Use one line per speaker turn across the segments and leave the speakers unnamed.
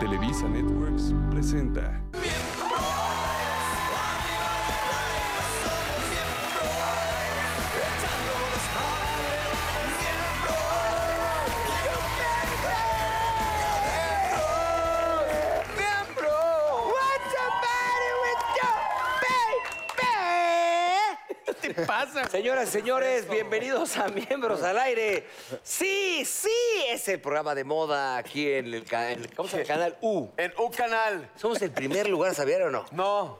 Televisa Networks presenta.
¿Qué te pasa?
Señoras y señores, bienvenidos a Miembros al Aire. Sí, sí, es el programa de moda aquí en el, ca- en el- ¿cómo se llama? Canal U.
En un canal.
¿Somos el primer lugar, sabían o no?
No.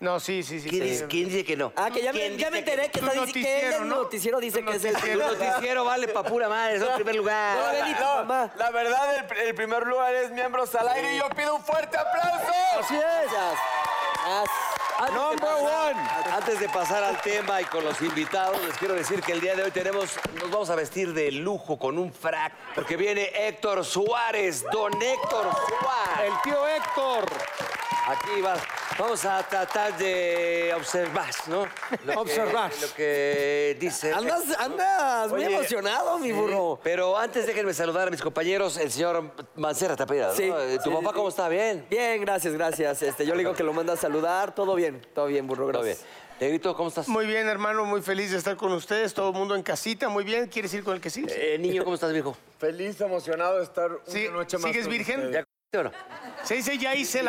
No, sí, sí, sí.
¿Quién,
sí.
dice, quién dice que no?
Ah, que ya
¿Quién
me, ya me
dice
enteré que,
Tu
está dic- que él
noticiero,
el
¿no?
noticiero dice
Tu
que es el
El
noticiero.
noticiero vale pa' pura madre, es el primer lugar.
No, Benito,
No,
mamá.
la verdad, el, el primer lugar es Miembros al Aire y yo pido un fuerte aplauso.
Así es. Gracias. Gracias.
Antes de pasar- Antes de pasar al tema y con los invitados, les quiero decir que el día de hoy tenemos, nos vamos a vestir de lujo con un frac, porque viene Héctor Suárez, don Héctor Suárez.
El tío Héctor.
Aquí va- vamos a tratar de observar, ¿no? Lo que-
Observar.
lo que dice.
Andas, andas muy
Oye,
emocionado, mi burro.
Pero antes déjenme saludar a mis compañeros, el señor Mancera Tapera. ¿no?
Sí,
Eh, ¿Tu
sí,
papá
sí.
cómo está? ¿Bien?
Bien, gracias, gracias. Este, yo le digo que lo manda a saludar. Todo bien, todo bien, burro,
Todo bien.
gracias.
Negrito, ¿cómo estás?
Muy bien, hermano, muy feliz de estar con ustedes. Todo el mundo en casita, muy bien. ¿Quieres ir con el que sí?
Eh, niño, ¿cómo estás, viejo?
Feliz, emocionado de estar
Sí,
una noche más.
¿sigues
con
virgen?
ustedes.
¿Sí o no?
Se dice, ya hice el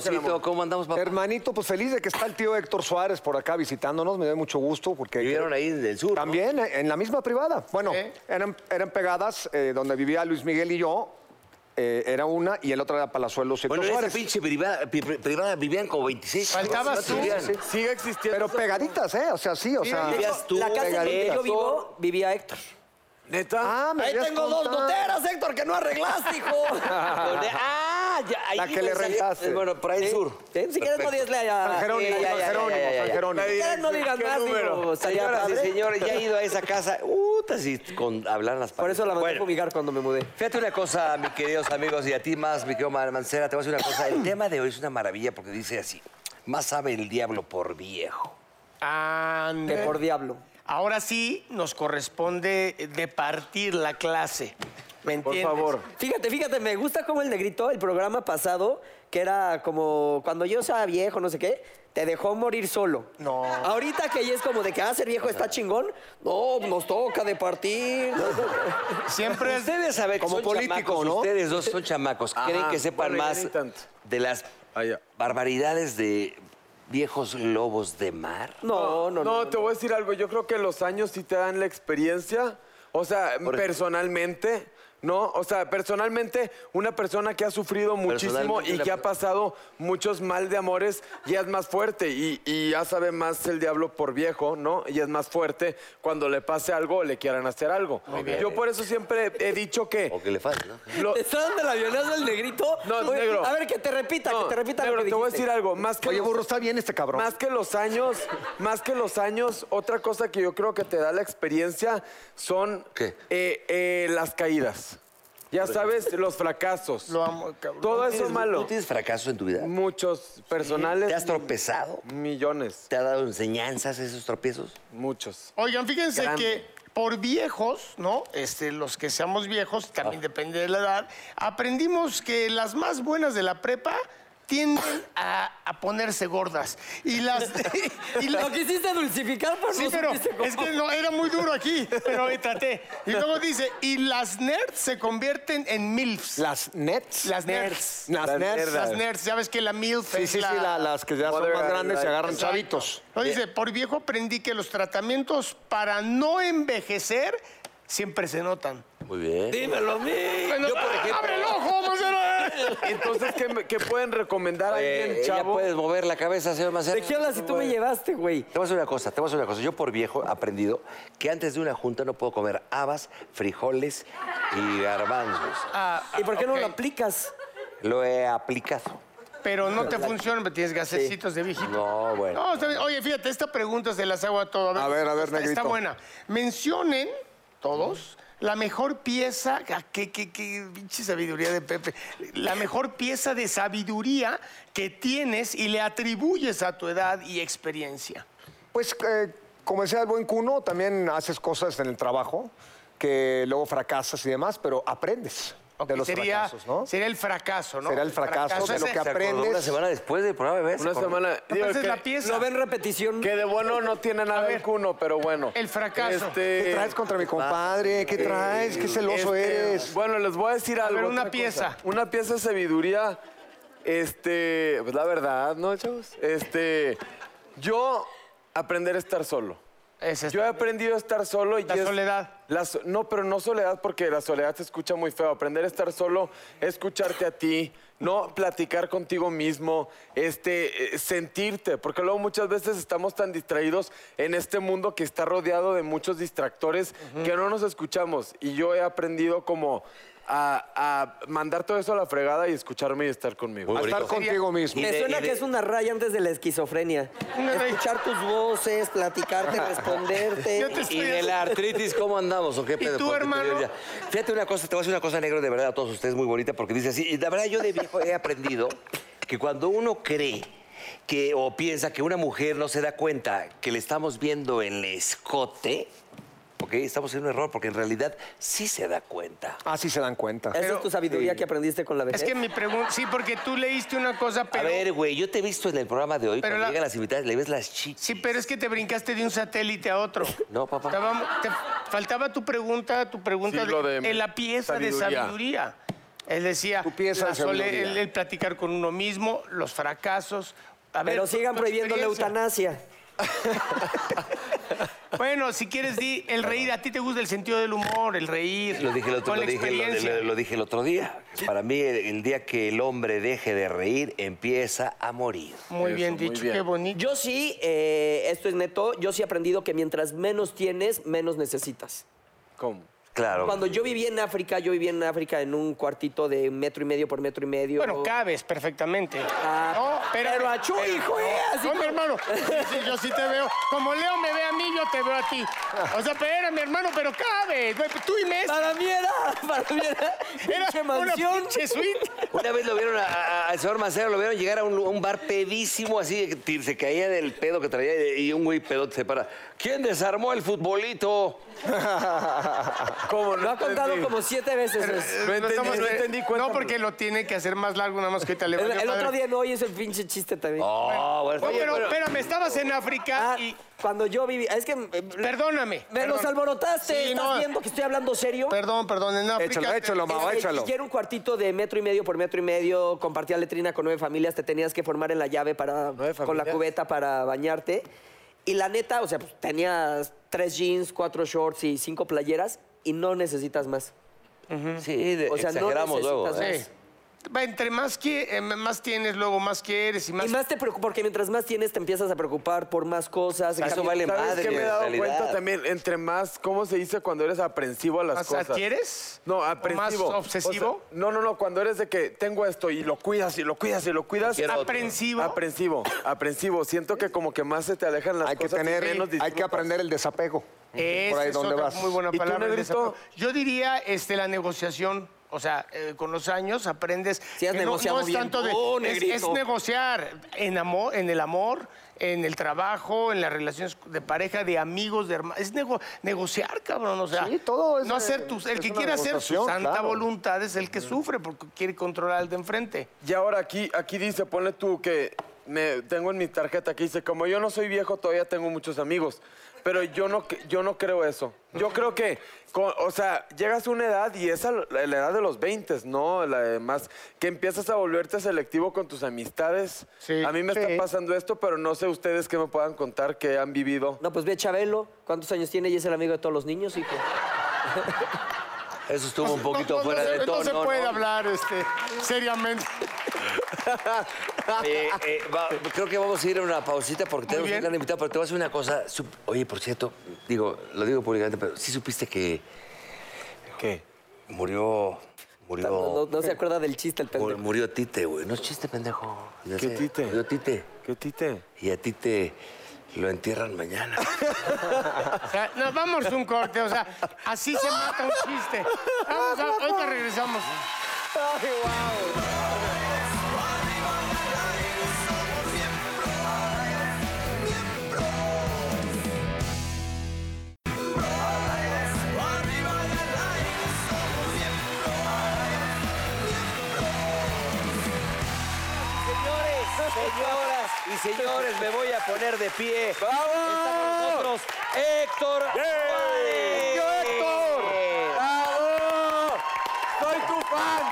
Querido Cito, ¿cómo andamos, papá?
Hermanito, pues feliz de que está el tío Héctor Suárez por acá visitándonos, me da mucho gusto porque...
Vivieron ahí del sur. ¿no?
También eh, en la misma privada. Bueno,
¿Eh?
eran, eran pegadas eh, donde vivía Luis Miguel y yo, eh, era una y el otro era Palazuelos Héctor
Bueno, en esa
Suárez.
pinche privada, pri- pri- privada vivían como 26.
Faltabas
No te
tú.
vivían.
Sí, sí.
Sigue existiendo.
Pero pegaditas, ¿eh? O sea, sí, o sea...
Vivías tú,
La casa en donde
pegaditas.
yo vivo vivía Héctor.
¿Neta?
Ah, me
Ahí
habías
tengo dos
contado.
goteras, Héctor, que no arreglaste, hijo.
Donde- Ah, ya, ahí
La que le
vives, ahí-
rentaste.
Eh, Bueno, por ahí del sur.
Sí, Si quieres, no digas allá.
San Jerónimo,
Eh, Ya, ya, ya,
San Jerónimo,
ya, "Ah, ya, ya.
San Jerónimo.
Si quieres, no digas
¿Qué
más,
número?
hijo. ¿eh? Estaría
Señoras y
padre.
señores, ya he ido a esa casa. Uh, si con hablar las
Por eso la mandé
Bueno,
a fumigar cuando me mudé.
Fíjate una cosa, mis queridos amigos, y a ti más, mi querido Man- Mancera, te voy a decir una cosa. El tema de hoy es una maravilla porque dice así: más sabe el diablo por viejo.
Que
Ande.
por diablo.
Ahora sí nos corresponde departir la clase. ¿Me
Por
entiendes?
favor.
Fíjate, fíjate, me gusta como el negrito, el programa pasado, que era como cuando yo estaba viejo, no sé qué, te dejó morir solo.
No.
Ahorita que ya es como de que, ah, ser viejo está chingón. No, nos toca de partir.
Siempre es...
Ustedes saben que
Como
son
político,
chamacos,
¿no?
Ustedes dos son chamacos. ¿Creen que sepan
bueno, ya
más
ni tanto.
de las
Ah, ya.
barbaridades de viejos lobos de mar?
No, no, no.
te voy a decir algo. Yo creo que los años sí te dan la experiencia. O sea, personalmente, ¿no? O sea, personalmente, una persona que ha sufrido muchísimo
Personalmente,
y
la
que ha
per-
pasado muchos mal de amores, ya es más fuerte y, y ya sabe más el diablo por viejo, ¿no? Y es más fuerte cuando le pase algo o le quieran hacer algo. Yo por eso siempre he dicho que...
O que le falta, ¿no?
lo-
¿Te está dando el avionazo el negrito?
No,
Oye,
negro.
A ver, que te repita,
No,
que te repita
negro,
lo que
te voy a
dijiste.
decir algo. Más que
Oye,
los-
burro, está bien este cabrón.
más que los años, más que los años, otra cosa que yo creo que te da la experiencia son
¿Qué?
eh, eh, las caídas. Ya sabes, los fracasos.
Lo amo, cabrón.
Todo eso es
¿Tú
malo.
tienes fracasos en tu vida?
Muchos
¿Te
personales.
has tropezado?
Millones.
¿Te ha dado enseñanzas esos tropiezos?
Muchos.
Oigan, fíjense
Grande.
que por viejos, ¿no? Este, los que seamos viejos, también
Ah.
depende de la edad, aprendimos que las más buenas de la prepa tienden a, a ponerse gordas. Y las... y las-
Lo quisiste dulcificar, pero
Sí,
no
pero
supiste cómo.
es que no, era muy duro aquí, pero me traté. Y luego dice, y las nerds se convierten en MILFs.
Las nets.
Las nerds.
Las,
Las
nets.
nerds.
Las nerds, ya ves que la MILF
Sí,
es
sí, sí, la- las que ya son
Mother
más grandes se
and-
agarran
Exacto.
chavitos.
No, dice, por viejo aprendí que los tratamientos para no envejecer siempre se notan.
Muy bien.
Dímelo a mí.
Yo, por ejemplo... ¡Abre el ojo, Marcelo!
Entonces, ¿qué, me- qué pueden recomendar a
Eh,
alguien,
ya
chavo?
puedes mover la cabeza, señor Mancera.
¿De qué hablas si tú me llevaste, güey?
Te voy a decir una cosa, te voy a decir una cosa. Yo por viejo he aprendido que antes de una junta no puedo comer habas, frijoles y garbanzos.
Ah, ¿Y por qué no
ok.
lo aplicas?
Lo he aplicado.
Pero no te funciona, me tienes gasecitos de viejito.
No, bueno.
No, está bien. Oye, fíjate, esta pregunta se las hago a todos.
A ver, a ver,
está, está
negrito.
buena. Mencionen, todos, la mejor pieza... ah, ¿Qué, qué, qué pinche sabiduría de Pepe? La mejor pieza de sabiduría que tienes y le atribuyes a tu edad y experiencia.
Pues, eh, como decía el buen cuno, también haces cosas en el trabajo que luego fracasas y demás, pero aprendes. de los
sería,
fracasos, ¿no?
Sería el fracaso, ¿no?
Será el fracaso de lo
es-
que
Se acordó
aprendes.
Una semana después del programa, ¿ves?
Una
Con-
semana.
No,
digo,
pues es
que,
la pieza.
Lo ven repetición.
que de bueno no tiene nada
ver,
el cuno, pero bueno.
el fracaso.
Este,
¿Qué traes contra mi compadre? ¿Qué traes?
Eh,
¿Qué celoso
Este,
eres?
Bueno, les voy a decir algo.
ver, una
otra
pieza.
cosa. Una pieza de sabiduría. Este, pues la verdad, ¿no, chavos? Este, yo aprender a estar solo.
es esto.
Yo he aprendido a estar solo y
La
es-
soledad.
la so- no, pero no soledad porque la soledad se escucha muy feo. Aprender a estar solo, escucharte a ti, no platicar contigo mismo, este, eh, sentirte, porque luego muchas veces estamos tan distraídos en este mundo que está rodeado de muchos distractores que no nos escuchamos. Y yo he aprendido como a, a mandar todo eso a la fregada y escucharme y estar conmigo.
A estar contigo mismo.
Me
de-
suena
y de-
que es una raya antes de la esquizofrenia.
Una raya.
Escuchar tus voces, platicarte, responderte.
Yo te
Y
estoy
de la artritis, ¿cómo andamos? ¿O qué pedo?
tú,
Porque te
hermano?
digo ya. Fíjate una cosa, te voy a decir una cosa negro de verdad a todos ustedes muy bonita, porque dice así, y la verdad yo de viejo he aprendido que cuando uno cree que o piensa que una mujer no se da cuenta que le estamos viendo el escote, ok, estamos en un error, porque en realidad sí se da cuenta.
Así Ah, se dan cuenta.
Esa es tu sabiduría que aprendiste con la vejez.
Es que mi pregunta, sí, porque tú leíste una cosa, pero...
a ver, güey, yo te he visto en el programa de hoy,
Pero
cuando
la-
llegan las invitadas, le ves las chichas.
Sí, pero es que te brincaste de un satélite a otro.
No, papá.
Estábamos- te faltaba tu pregunta, tu pregunta
Sí, lo de
en la pieza de
sabiduría.
sabiduría. Él decía,
Tu pieza
la
de sabiduría.
el, el platicar con uno mismo, los fracasos. A ver,
Pero
tu-
sigan
tu
prohibiendo la
experiencia.
eutanasia.
Bueno, si quieres, di el reír. A ti te gusta el sentido del humor, el reír.
Lo dije el otro,
con
lo
la
dije, lo-
experiencia.
lo- lo dije el otro día. Para mí, el, el día que el hombre deje de reír, empieza a morir.
Muy bien
Eso, muy
dicho,
bien.
qué bonito.
Yo sí, eh, esto es neto, yo sí he aprendido que mientras menos tienes, menos necesitas.
¿Cómo?
Claro.
Cuando yo viví en África, yo viví en África en un cuartito de metro y medio por metro y medio.
Bueno, cabes perfectamente.
Ah,
espérame.
pero achú, hijo, eh, así
no, mi hermano, sí, yo sí te veo. Como Leo me ve a mí, yo te veo a ti. O sea, pero era mi hermano, pero cabes. Tú y Messi.
Para mí era, para mí era, pinche
Era una
mansión.
pinche suite.
Una vez lo vieron a- a- al señor Mancero, lo vieron llegar a un, lu- un bar pedísimo, así que ti- se caía del pedo que traía y un güey pedote se para. ¿Quién desarmó el futbolito?
¿Cómo?
Lo ha contado
entendí.
como siete veces. eso.
No entendí,
estamos-
no entendí,
No,
cuéntamelo.
porque lo tiene que hacer más largo, nada más que ahorita le
El,
valió
el otro
madre.
día no hoy es el pinche chiste también.
Oh, bueno, está
Oye,
bien,
pero,
bueno.
espérame, estabas en África
Ah,
y...
cuando yo viví, es que me
Perdóname.
los
perdón.
alborotaste,
Sí,
¿estás
no.
viendo que estoy hablando serio?
Perdón, perdón, en África...
Échalo, échalo,
Es
Mau,
que
échalo.
si era un cuartito de metro y medio por metro y medio, compartía letrina con nueve familias, te tenías que formar en la llave para,
¿Nueve
con la
familias?
cubeta para bañarte. Y la neta, o sea, pues, tenías tres jeans, cuatro shorts y cinco playeras y no necesitas más.
Sí, de-
O sea, no
exageramos luego.
necesitas
¿eh?
ver.
Sí. Va, Entre más, que, eh, más tienes, luego más quieres y más...
Y más te preocupa, porque mientras más tienes, te empiezas a preocupar por más cosas. En
Eso
cambio,
vale
¿Sabes
madre,
qué me he
en
dado
realidad.
cuenta también? Entre más, ¿cómo se dice cuando eres aprensivo a las
¿Más
cosas?
adquieres?
No,
¿O
aprensivo.
más obsesivo?
O sea, no, no, no, cuando eres de que tengo esto y lo cuidas y lo cuidas y lo cuidas.
Quiero otro.
Aprensivo.
Aprensivo, aprensivo. Siento que como que más se te alejan las
Hay que
cosas. y
tener,
menos
hay que
disfrutas.
aprender el desapego.
Esa
Por ahí
es
donde
otra
vas.
Muy buena
¿Y tú,
palabra. el desapego.
Negrito?
Yo diría este, la negociación. O sea, eh, con los años aprendes.
Sí, has
que no-
negociado
no, es
bien
tanto de.
tú,
es,
Negrito.
es negociar en, amor, en el amor, en el trabajo, en las relaciones de pareja, de amigos, de hermanos. Es nego- negociar, cabrón. O sea,
Sí, todo es,
no
eh,
hacer tus. El
es
que
una
quiere hacer su
negociación,
santa
claro.
voluntad es el que sufre porque quiere controlar al de enfrente.
Y ahora aquí, aquí dice, ponle tú que me, tengo en mi tarjeta que dice, como yo no soy viejo, todavía tengo muchos amigos. Pero yo no, cre- yo no creo eso. Yo creo que, co- o sea, llegas a una edad y es a la, la edad de los 20, ¿no? La de más, que empiezas a volverte selectivo con tus amistades.
Sí.
a mí me
Sí.
está pasando esto, pero no sé ustedes qué me puedan contar que han vivido.
No, pues ve Chabelo, ¿cuántos años tiene y es el amigo de todos los niños? hijo?
Eso estuvo un poquito
No, no,
fuera
no,
de
no
tono.
se puede
¿no?
hablar este, seriamente.
Eh, eh, va- creo que vamos a ir a una pausita porque tenemos
bien.
un gran invitado, pero te voy a hacer una cosa. Sup- Oye, por cierto, digo, lo digo públicamente, pero sí supiste que
¿Qué?
murió. Murió.
No, no- no se acuerda del chiste el
mur-
pendejo.
murió Tite, güey. No es chiste, pendejo. Ya
¿Qué
sé,
Tite?
Murió Tite.
¿Qué tite?
Y a Tite lo entierran mañana.
O sea, nos vamos un corte, o sea, así se mata un chiste. Vamos, a- ahorita regresamos.
señores, me voy a poner de pie. Está con nosotros Héctor Suárez.
¡Yo, Héctor! ¡Bravo! ¡Soy tu fan!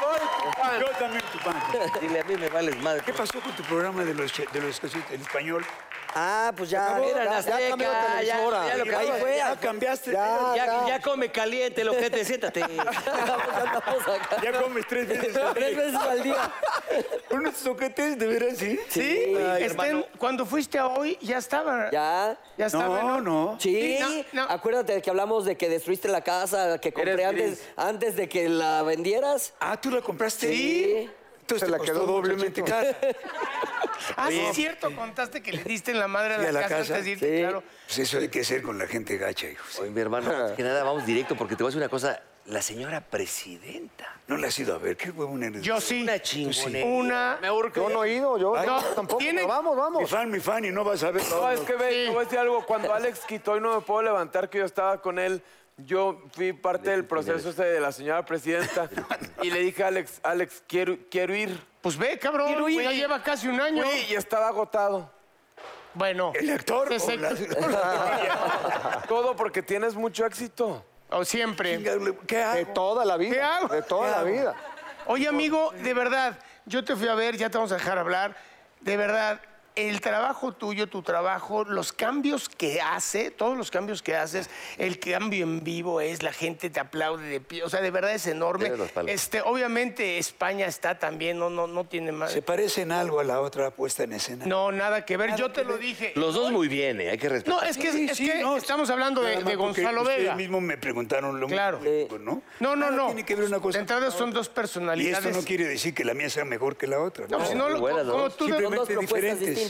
¡Soy tu fan!
Yo también, tu padre.
Dile, a mí me vales madre.
¿Qué pasó con tu programa de los, de los cositas en español?
Ah, pues ya.
Era en
Ya, ya
Azteca,
cambió de
ya-
televisora.
ya lo que-
Ahí fue.
ya cambiaste.
Ya,
Ya, ya come caliente, lo que te siéntate.
andamos acá.
Ya comes tres veces. al
Tres
día.
veces al día.
¿Unos soquetes, de veras, sí?
Sí,
Ay,
Estén-
hermano.
cuando fuiste a hoy ya estaba. Ya,
Ya.
estaba.
No, no.
Sí,
Sí, no, no.
acuérdate de que hablamos de que destruiste la casa que compré
Eres
antes,
gris.
antes de que la vendieras.
Ah, ¿tú la compraste?
Sí.
Entonces
Se la
te costó
quedó el
doblemente
muchachito.
cara.
Ah, sí, es cierto, contaste que le diste en la madre a
Sí,
la,
a la
casa,
casa.
antes de irte,
Sí.
claro.
Pues eso hay que hacer con la gente gacha, hijos.
Oye, mi hermano,
Ah.
antes que nada, vamos directo porque te voy a decir una cosa. La señora presidenta.
No la has ido a ver, qué huevón eres.
Yo sí.
Una chingonera.
Una.
Me urge.
Yo no he ido, yo
No,
tampoco.
tiene-
pero vamos,
Mi
vamos.
fan, mi fan, y no vas a ver.
No, es que ve, te voy a decir algo. Cuando Alex quitó y no me puedo levantar, que yo estaba con él, yo fui parte del proceso ese de la señora presidenta y le dije a Alex, Alex, quiero, quiero ir.
Pues ve, cabrón.
Quiero ir.
Ya lleva casi un año.
Fui y estaba agotado.
Bueno.
¿El actor
Se
o
seca.
Todo porque tienes mucho éxito.
O siempre.
¿Qué
De
hago?
toda la
¿Qué
vida.
hago?
De toda la vida.
Oye, amigo, de verdad, yo te fui a ver, ya te vamos a dejar hablar. De verdad, el trabajo tuyo, tu trabajo, los cambios que hace, todos los cambios que haces, el cambio en vivo es, la gente te aplaude de pie, o sea, de verdad es enorme.
Tiene las palmas.
Este, obviamente España está también, no, no, no tiene más.
¿Se parece en algo a la otra puesta en escena?
No, nada que ver, yo te lo dije.
Los dos muy bien, ¿eh? hay que respetar.
No, es que,
Sí,
es
sí,
que
no,
estamos hablando de,
nada más
de
porque
Gonzalo
ustedes
Vega.
mismos me preguntaron lo
Claro.
Eh,
mismo, ¿no?
No, no,
Eh, Nada
no.
Tiene que ver una cosa.
De entrada son dos
y
personalidades.
eso no quiere decir que la mía sea mejor que la otra.
No, si no, lo-
buenas,
como
¿no?
tú
Son dos
Simplemente
propuestas
diferentes.
distintas.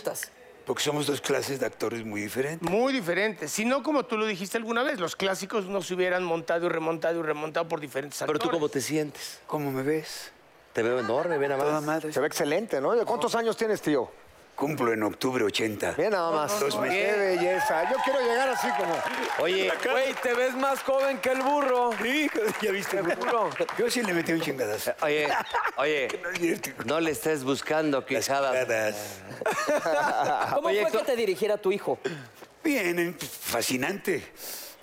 Porque somos dos clases de actores muy diferentes.
Muy diferente. Si no, como tú lo dijiste alguna vez, los clásicos no se hubieran montado y remontado y remontado por diferentes
Pero
actores.
tú cómo te sientes.
¿Cómo me ves?
Te veo enorme, ven a
Toda
más.
madre.
Se ve excelente, ¿no? ¿Cuántos años tienes, tío?
Cumplo en octubre 80.
Bien, nada más.
Pues,
Dos meses.
Qué belleza. Yo quiero llegar así como.
Oye,
Güey, te ves más joven que el burro.
Sí, ya viste. güey.
Seguro.
Yo sí le metí un chingadazo.
oye, Eh, oye,
No es cierto, hijo.
no le estés buscando
Las
quijadas.
chingadas.
¿Cómo
Oye,
fue que
Héctor.
te dirigiera tu hijo?
Bien, eh, fascinante.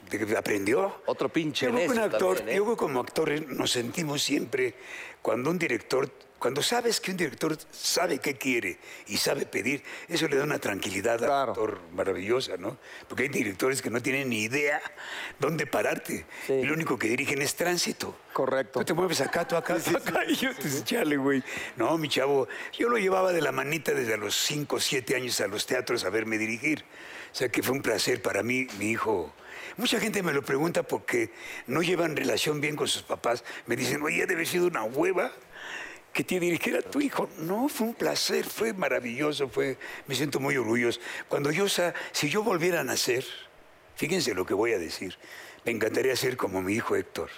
De que aprendió.
Otro pinche
yo creo que un
necio
actor,
también, ¿eh?
Yo creo que como actores nos sentimos siempre cuando un director, cuando sabes que un director sabe qué quiere y sabe pedir, eso le da una tranquilidad al
Claro.
actor maravillosa, ¿no? Porque hay directores que no tienen ni idea dónde pararte. Y lo único que dirigen es tránsito.
Correcto.
Tú te mueves acá, tú acá, tú acá. Y yo, pues, chale, güey. No, mi chavo, yo lo llevaba de la manita desde los 5, 7 años a los teatros a verme dirigir. O sea que fue un placer para mí, mi hijo. Mucha gente me lo pregunta porque no llevan relación bien con sus papás. Me dicen, oye, debe haber sido una hueva que te dirigiera tu hijo. No, fue un placer, fue maravilloso, fue, me siento muy orgulloso. Cuando yo, sa- si yo volviera a nacer, fíjense lo que voy a decir, me encantaría ser como mi hijo Héctor.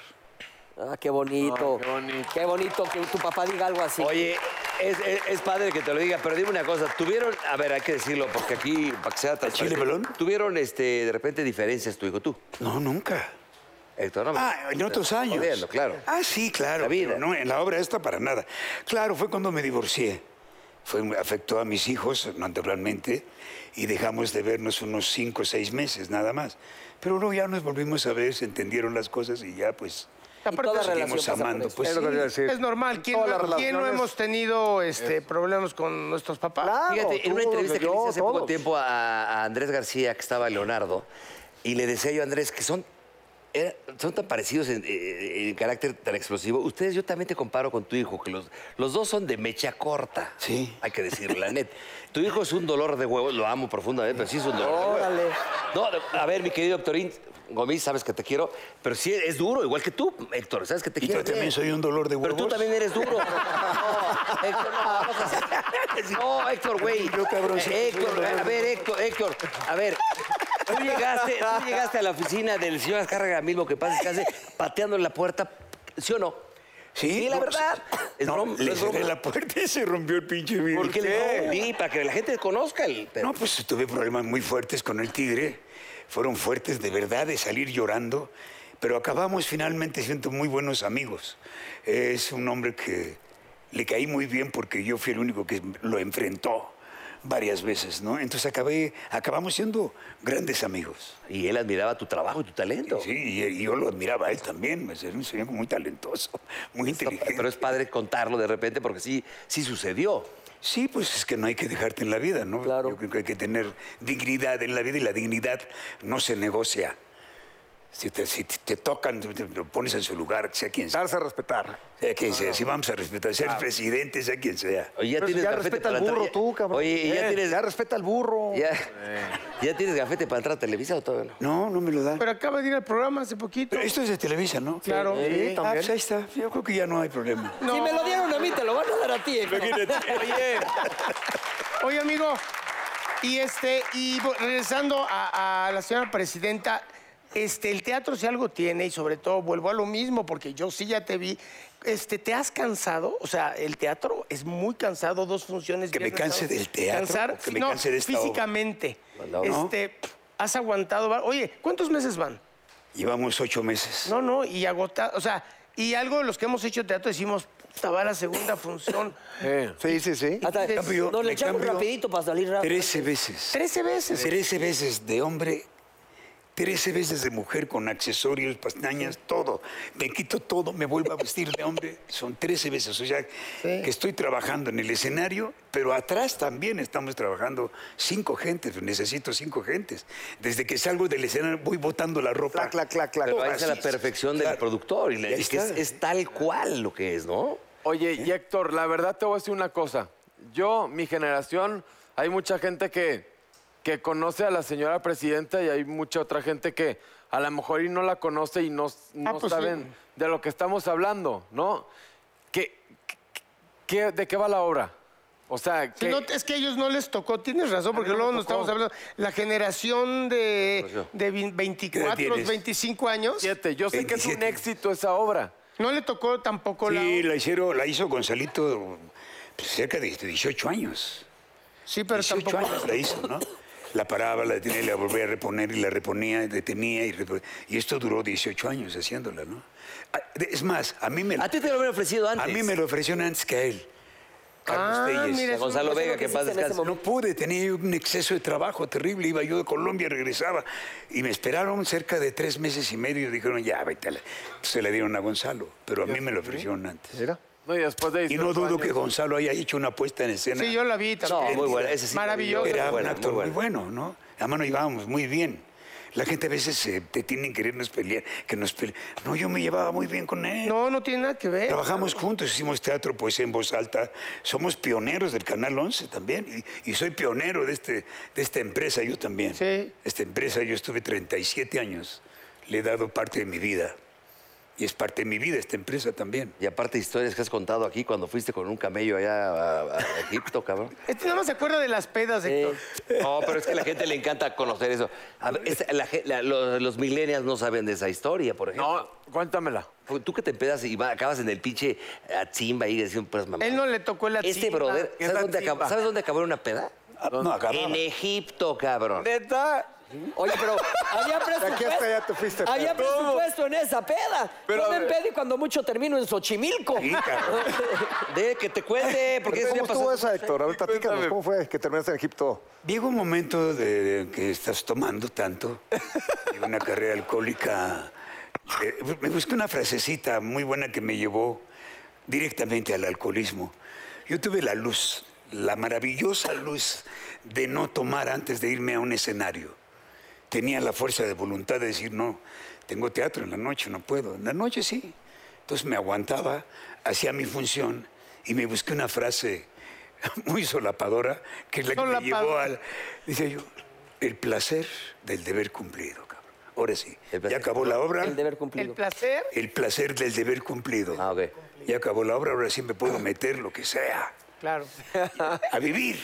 Ah, qué bonito.
Ay, qué bonito.
Qué bonito que tu papá diga algo así.
Oye, es, es- es padre que te lo diga, pero dime una cosa. ¿Tuvieron, a ver, hay que decirlo, porque aquí, para que sea transparente,
chile melón?
¿Tuvieron este, de repente diferencias tu hijo tú?
No, nunca.
Héctor, no me-
Ah, en otros años.
Jodiendo, claro.
Ah, sí, claro.
La vida.
pero No, en la obra esta para nada. Claro, fue cuando me divorcié. Fue, afectó a mis hijos, naturalmente, y dejamos de vernos unos cinco o seis meses nada más. Pero luego ya nos volvimos a ver, se entendieron las cosas y ya pues
Y
Aparte,
toda
es-
relación
seguimos
pasa por
amando.
eso.
Pues,
es lo que
sí.
quería decir.
es normal. ¿Quién,
Todas
no-
las
quién no
relaciones-
hemos tenido este, problemas con nuestros papás?
Claro,
Fíjate, en una
tú,
entrevista que le
yo,
hice hace poco
todos.
tiempo a, a Andrés García, que estaba Leonardo, y le decía yo a Andrés que son, era- son tan parecidos en, eh, en carácter tan explosivo. Ustedes, yo también te comparo con tu hijo, que los, los dos son de mecha corta.
Sí.
Hay que decir la neta. Tu hijo es un dolor de huevos, lo amo profundamente, pero sí es un dolor. de huevos.
Órale.
No, no, a ver, mi querido Héctorín Gomis, sabes que te quiero, pero sí es duro, igual que tú, Héctor, sabes que te
Y
quiero.
yo también soy un dolor de
Pero
huevos.
tú también eres duro. No, Héctor, no, no, seas- no, Héctor, güey.
Yo, cabrón, sí,
Héctor,
soy un
a ver, Héctor, Héctor, a ver. Tú llegaste, tú llegaste a la oficina del señor Azcárraga mismo que pasa casi pateando en la puerta, ¿sí o no?
Sí,
la
no, pues,
verdad. Es
no,
broma,
le
es broma.
cerré la puerta y se rompió el pinche vidrio.
¿Por qué le no, di, para que la gente conozca el. pero-
No, pues tuve problemas muy fuertes con el tigre. Fueron fuertes de verdad de salir llorando, pero acabamos finalmente siendo muy buenos amigos. Es un hombre que le caí muy bien porque yo fui el único que lo enfrentó varias veces, ¿no? Entonces acabé, acabamos siendo grandes amigos.
Y él admiraba tu trabajo y tu talento.
Sí, y, y yo lo admiraba a él también, pues, era un señor muy talentoso, muy inteligente.
Pero es padre contarlo de repente porque sí, sí sucedió.
Sí, pues es que no hay que dejarte en la vida, ¿no?
Claro.
Yo creo que hay que tener dignidad en la vida y la dignidad no se negocia. Si te, si te- te tocan, te, te- lo pones en su lugar, sea quien sea.
Darse a respetar.
Sea quien sea, si vamos a respetar, sea el presidente, sea quien sea.
Oye, ya
Pero si
tienes
ya
gafete
respeta
para
al burro
entrar-
tú, cabrón.
Oye, ¿y ya
Eh,
tienes,
Ya respeta al burro.
ya, ya tienes gafete para entrar a Televisa o todavía no?
No, no me lo dan.
Pero acaba de ir al programa hace poquito.
Pero esto es de Televisa, ¿no?
Claro.
Sí,
Sí,
Ah, pues ahí está. Yo creo que ya no hay problema.
Si me lo dieron a mí, te lo van a dar a ti. hijo.
Oye,
Oye, amigo, y este, y vo- regresando a, a la señora presidenta, este, el teatro si algo tiene, y sobre todo vuelvo a lo mismo, porque yo sí ya te vi. Este, ¿te has cansado? O sea, el teatro es muy cansado, dos funciones.
¿Que me
viernes,
canse
sábado.
del teatro
Cansar,
o que me
no,
canse de esta obra?
físicamente.
No.
Este, has aguantado. va- Oye, ¿cuántos meses van?
Llevamos ocho meses.
No, no, y agotado. O sea, y algo de los que hemos hecho teatro decimos, puta, va la segunda función.
Sí, sí, sí.
Ah,
Hasta
cambio,
nos
me
le echamos
cambio.
rapidito para salir rápido.
Trece veces.
Trece veces.
Trece veces de hombre, trece veces de mujer con accesorios, pestañas, todo. Me quito todo, me vuelvo a vestir de hombre. Son trece veces. O sea, que estoy trabajando en el escenario, pero atrás también estamos trabajando cinco gentes. Necesito cinco gentes. Desde que salgo del escenario voy botando la ropa.
Clac, clac, clac, clac.
pero ahí está la
Así es.
perfección del
Claro.
productor y, la-
Ahí
y que es,
está.
es tal cual lo que es, ¿no?
Oye,
¿Eh?
y Héctor, la verdad te voy a decir una cosa. Yo, mi generación, hay mucha gente que, que conoce a la señora presidenta y hay mucha otra gente que a lo mejor y no la conoce y no, no
pues sí.
saben de lo que estamos hablando, ¿no? ¿Qué, qué- qué- de qué va la obra? O sea,
Sí,
¿qué-
no, es que a ellos no les tocó, tienes razón, porque
no me
luego nos
tocó.
estamos hablando. La generación de,
Rocío.
de vi- 24,
tienes?
25 años,
siete? Yo sé que es un
27.
éxito esa obra.
no le tocó tampoco la.
Sí, la, hicieron, la hizo Gonzalito pues, cerca de 18 años.
Sí, pero
18
tampoco.
años la hizo, ¿no? La paraba, la detenía y la volvía a reponer y la reponía y detenía y reponía. Y esto duró 18 años haciéndola, ¿no? Ah, de- Es más, a mí me,
A ti te lo habían ofrecido antes.
a mí me lo ofrecieron antes que a él. Carlos
Ah,
Telles.
mira,
De Gonzalo
Eso es lo
Vega,
que
que en paz
hiciste en ese
descanse.
No pude, tenía yo un exceso de trabajo terrible. Iba yo de Colombia, regresaba. Y me esperaron cerca de tres meses y medio. Dijeron, ya, vete. a la-". Se la dieron a Gonzalo, pero a mí me lo ofrecieron antes.
Mira.
No, y después de
Y
18
no dudo que
años.
Gonzalo haya hecho una puesta en escena.
Sí, yo la vi
No,
también.
muy buena. Ese sí.
Maravilloso.
Muy
Era un
buena,
actor muy
buena.
bueno, ¿no? Además nos llevábamos muy bien. La gente a veces eh, te tienen que querernos pelear, que nos pele- No, yo me llevaba muy bien con él.
No, ¿eh? no tiene nada que ver.
Trabajamos juntos, hicimos teatro, poesía en voz alta. Somos pioneros del Canal 11 también. Y, y soy pionero de, este, de esta empresa, yo también.
Sí.
Esta empresa, yo estuve 37 años. Le he dado parte de mi vida. Y es parte de mi vida esta empresa también.
Y aparte historias que has contado aquí cuando fuiste con un camello allá a, a Egipto, cabrón.
Este nada más se acuerda de las pedas, Héctor.
No, pero es que a la gente le encanta conocer eso. A ver, esta- la ge- la- los, los millennials no saben de esa historia, por ejemplo.
No, cuéntamela.
Tú que te empedas y va- acabas en el pinche a Zimba y "Pues, diciendo puras mamadas.
Él no le tocó la
Este
timba.
brother,
¿Qué es
¿sabes
la
dónde, acabó,
timba?
¿sabes dónde acabó en una peda?
Ah, No, acababa.
En Egipto, cabrón.
Neta,
Oye, pero había presupuesto.
aquí hasta allá te fuiste,
Había
Pedro.
presupuesto en esa peda.
Pero,
Yo me
a ver.
empedo y cuando mucho termino en Xochimilco.
Sí, cabrón.
De que te cuente, porque eso ya
¿Cómo
pasó.
estuvo esa, Héctor? Ahorita platícanos, ¿cómo fue que terminaste en Egipto?
Llega un momento de, de que estás tomando tanto, de una carrera alcohólica. eh, me busqué una frasecita muy buena que me llevó directamente al alcoholismo. Yo tuve la luz, la maravillosa luz de no tomar antes de irme a un escenario. Tenía la fuerza de voluntad de decir, no, tengo teatro en la noche, no puedo. En la noche sí. Entonces me aguantaba, hacía mi función y me busqué una frase muy solapadora que es la que me
Solapadora.
llevó al... Dice yo, el placer del deber cumplido, cabrón. Ahora sí,
El
ya
placer.
acabó la obra.
El deber
El
cumplido.
placer.
El placer del deber cumplido.
Ah, ok.
Ya acabó la obra, ahora sí me puedo meter lo que sea.
Claro.
A vivir.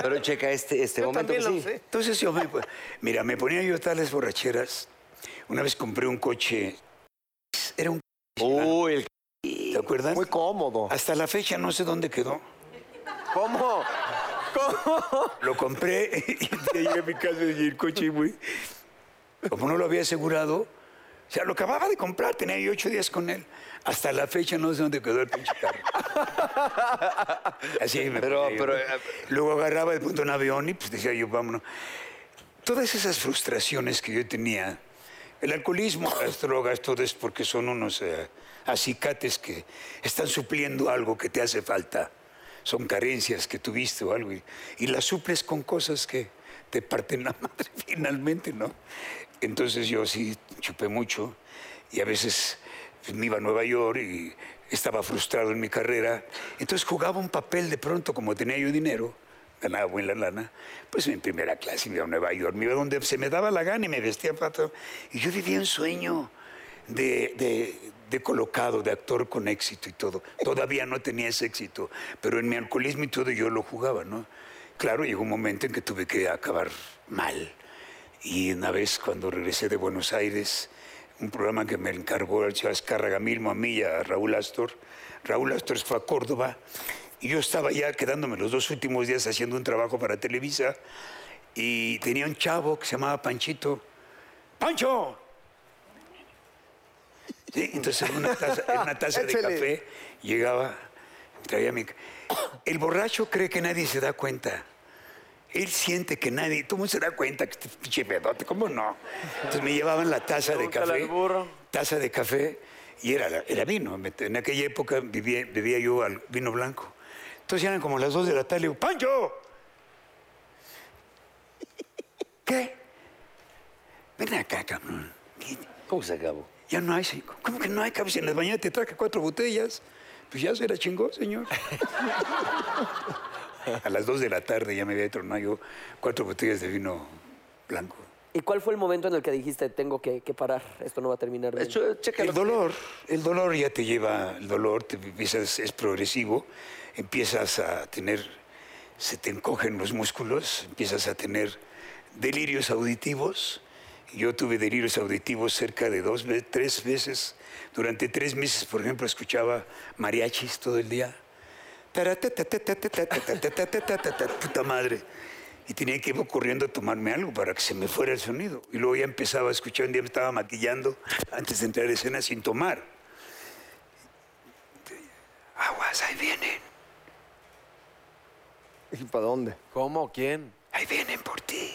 Pero checa este, este
Yo
momento.
también
que
lo
sí.
sé.
Entonces yo me... Mira, me ponía yo tales borracheras. Una vez compré un coche. Era un...
Uy, el
¿Te acuerdas?
Muy cómodo.
Hasta la fecha no sé dónde quedó.
¿cómo?
Lo compré y ya llegué a mi casa y el coche, güey. Como no lo había asegurado, O sea, lo acababa de comprar, tenía yo ocho días con él. Hasta la fecha no sé dónde quedó el pinche carro. Así me
Pero-
ponía yo,
pero,
¿no?
eh,
Luego agarraba de punto un avión y pues decía yo, vámonos. Todas esas frustraciones que yo tenía, el alcoholismo, las drogas, todo es porque son unos eh, acicates que están supliendo algo que te hace falta. Son carencias que tuviste o algo y, y las suples con cosas que te parten la madre finalmente, ¿no? Entonces yo sí chupé mucho y a veces pues, me iba a Nueva York y estaba frustrado en mi carrera. Entonces jugaba un papel de pronto, como tenía yo dinero, ganaba buena lana, pues en primera clase me iba a Nueva York, me iba donde se me daba la gana y me vestía para todo. Y yo vivía un sueño de, de- de colocado, de actor con éxito y todo. Todavía no tenía ese éxito, pero en mi alcoholismo y todo yo lo jugaba, ¿no? Claro, llegó un momento en que tuve que acabar mal. Y una vez cuando regresé de Buenos Aires, un programa que me encargó el Chávez Cárraga Milmo a mí y a Raúl Astor, Raúl Astor se fue a Córdoba y yo estaba ya quedándome los dos últimos días haciendo un trabajo para Televisa y tenía un chavo que se llamaba Panchito. ¡Pancho! Sí, entonces en una taza, en una taza de
Échale.
café llegaba, traía mi... El borracho cree que nadie se da cuenta. Él siente que nadie, todo el mundo se da cuenta que este pinche pedote, ¿cómo no? Entonces me llevaban la taza de
Pregúntale
café.
al burro.
Taza de café y era, la- era vino. Me- En aquella época vivía, bebía yo al vino blanco. Entonces eran como las dos de la tarde, le digo, ¡Pancho! ¿Qué? Ven acá, cabrón. ¿Qué-
¿Cómo se acabó?
Ya no hay, señor. ¿Cómo que no hay cabeza? En las mañanas te traje cuatro botellas. Pues ya se la chingó, señor. A las dos de la tarde ya me había tronado yo cuatro botellas de vino blanco.
¿Y cuál fue el momento en el que dijiste, tengo que, que parar, esto no va a terminar bien?
Eso, checa
El dolor, el dolor ya te lleva, el dolor te empiezas, es progresivo, empiezas a tener, se te encogen los músculos, empiezas a tener delirios auditivos. Yo tuve delirios auditivos cerca de dos, ve- tres veces. Durante tres meses, por ejemplo, escuchaba mariachis todo el día. Puta madre. Y tenía que ir corriendo a tomarme algo para que se me fuera el sonido. Y luego ya empezaba a escuchar. Un día me estaba maquillando antes de entrar a escena sin tomar. Aguas, ahí vienen.
¿Y para dónde?
¿Cómo? ¿Quién?
Ahí vienen por ti.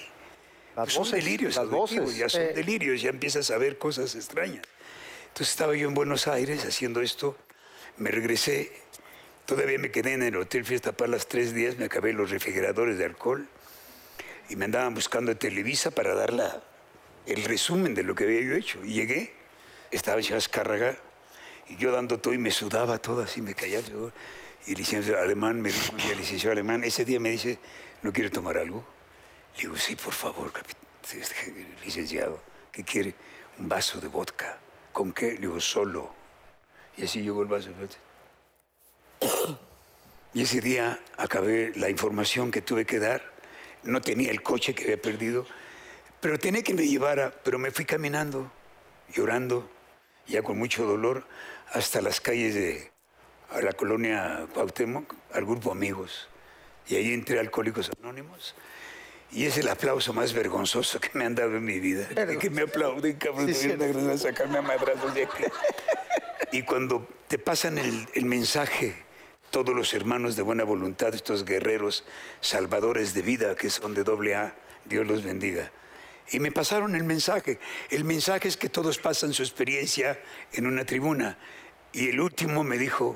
Las
Pues son
voces,
delirios
las
auditivos,
voces.
ya son
Eh.
delirios, ya empiezas a ver cosas extrañas. Entonces estaba yo en Buenos Aires haciendo esto, me regresé, todavía me quedé en el Hotel Fiesta Palas tres días, me acabé los refrigeradores de alcohol y me andaban buscando a Televisa para dar la- el resumen de lo que había yo hecho. Y llegué, estaba Chávez Cárraga y yo dando todo y me sudaba todo así, me caía el sudor. Y el licenciado alemán me dijo, y el licenciado alemán, ese día me dice, ¿no quiere tomar algo? Le digo, sí, por favor, capit- licenciado, ¿qué quiere? Un vaso de vodka. ¿Con qué? Le digo, solo. Y así llegó el vaso de vodka. Y ese día acabé la información que tuve que dar. No tenía el coche que había perdido, pero tenía que me llevara, pero me fui caminando, llorando, ya con mucho dolor, hasta las calles de a la colonia Cuauhtémoc, al grupo Amigos. Y ahí entré a Alcohólicos Anónimos. Y es el aplauso más vergonzoso que me han dado en mi vida. De que me aplauden, cabrón, tuvieron la gracia de sacarme a madrazos de aquí. Y cuando te pasan el, el mensaje, todos los hermanos de buena voluntad, estos guerreros salvadores de vida que son de doble A, Dios los bendiga. Y me pasaron el mensaje. El mensaje es que todos pasan su experiencia en una tribuna. Y el último me dijo,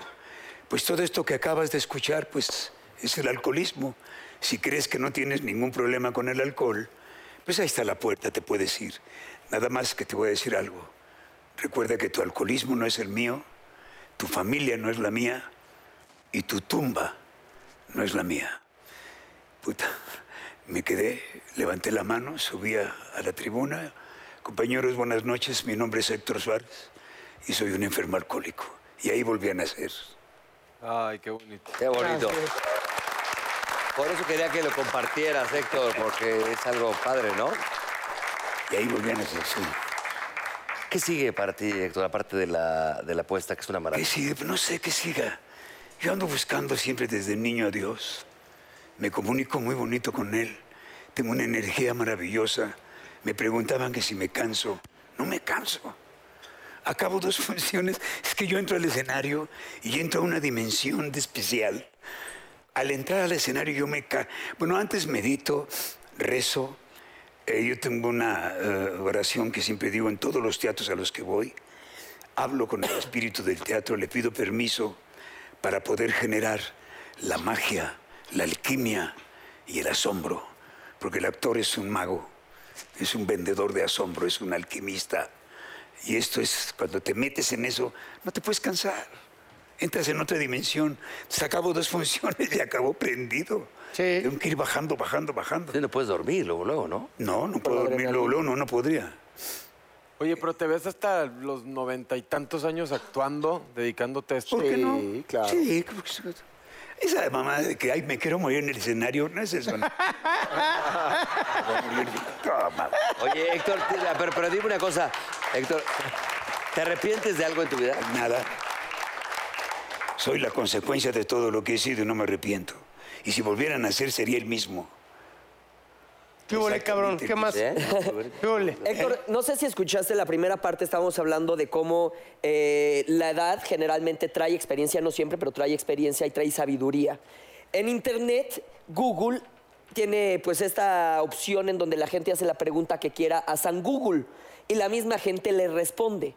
pues todo esto que acabas de escuchar, pues es el alcoholismo. Si crees que no tienes ningún problema con el alcohol, pues ahí está la puerta, te puedes ir. Nada más que te voy a decir algo. Recuerda que tu alcoholismo no es el mío, tu familia no es la mía y tu tumba no es la mía. Puta, me quedé, levanté la mano, subí a, a la tribuna. Compañeros, buenas noches, mi nombre es Héctor Suárez y soy un enfermo alcohólico. Y ahí volví a nacer.
Ay, qué bonito.
Qué bonito. Por eso quería que lo compartieras, Héctor, porque es algo padre, ¿no?
Y ahí volví a nacer, sí.
¿Qué sigue para ti, Héctor, aparte de la, de la apuesta, que es una
Que
maravilla?
sigue, no sé qué siga. Yo ando buscando siempre desde niño a Dios. Me comunico muy bonito con Él. Tengo una energía maravillosa. Me preguntaban que si me canso. No me canso. acabo dos funciones, es que yo entro al escenario y entro a una dimensión de especial. Al entrar al escenario yo me... ca- Bueno, antes medito, rezo. eh, yo tengo una eh, oración que siempre digo en todos los teatros a los que voy. Hablo con el espíritu del teatro, le pido permiso para poder generar la magia, la alquimia y el asombro. Porque el actor es un mago, es un vendedor de asombro, es un alquimista. Y esto es, cuando te metes en eso, no te puedes cansar. Entras en otra dimensión. Se acabó dos funciones y acabó prendido.
Sí.
Tengo que ir bajando, bajando, bajando.
Sí, no puedes dormir luego, luego, ¿no?
No, no puedo dormir. Luego, luego, no, no podría.
Oye, pero te ves hasta los noventa y tantos años actuando, dedicándote a este esto.
¿Por qué no?
Sí, claro.
Sí, creo que sí. esa mamá de que ay, me quiero morir en el escenario, no es eso. ¿no? Toma.
Oye, Héctor, te- a ver, pero dime una cosa. Héctor, ¿te arrepientes de algo en tu vida?
Nada. Soy la consecuencia de todo lo que he sido y no me arrepiento. Y si volvieran a ser, sería el mismo.
¿Qué hubo, cabrón? ¿Qué más?
¿Eh?
¿Qué hubo?
Héctor, no sé si escuchaste la primera parte, estábamos hablando de cómo eh, la edad generalmente trae experiencia, no siempre, pero trae experiencia y trae sabiduría. En Internet, Google tiene pues esta opción en donde la gente hace la pregunta que quiera a San Google y la misma gente le responde.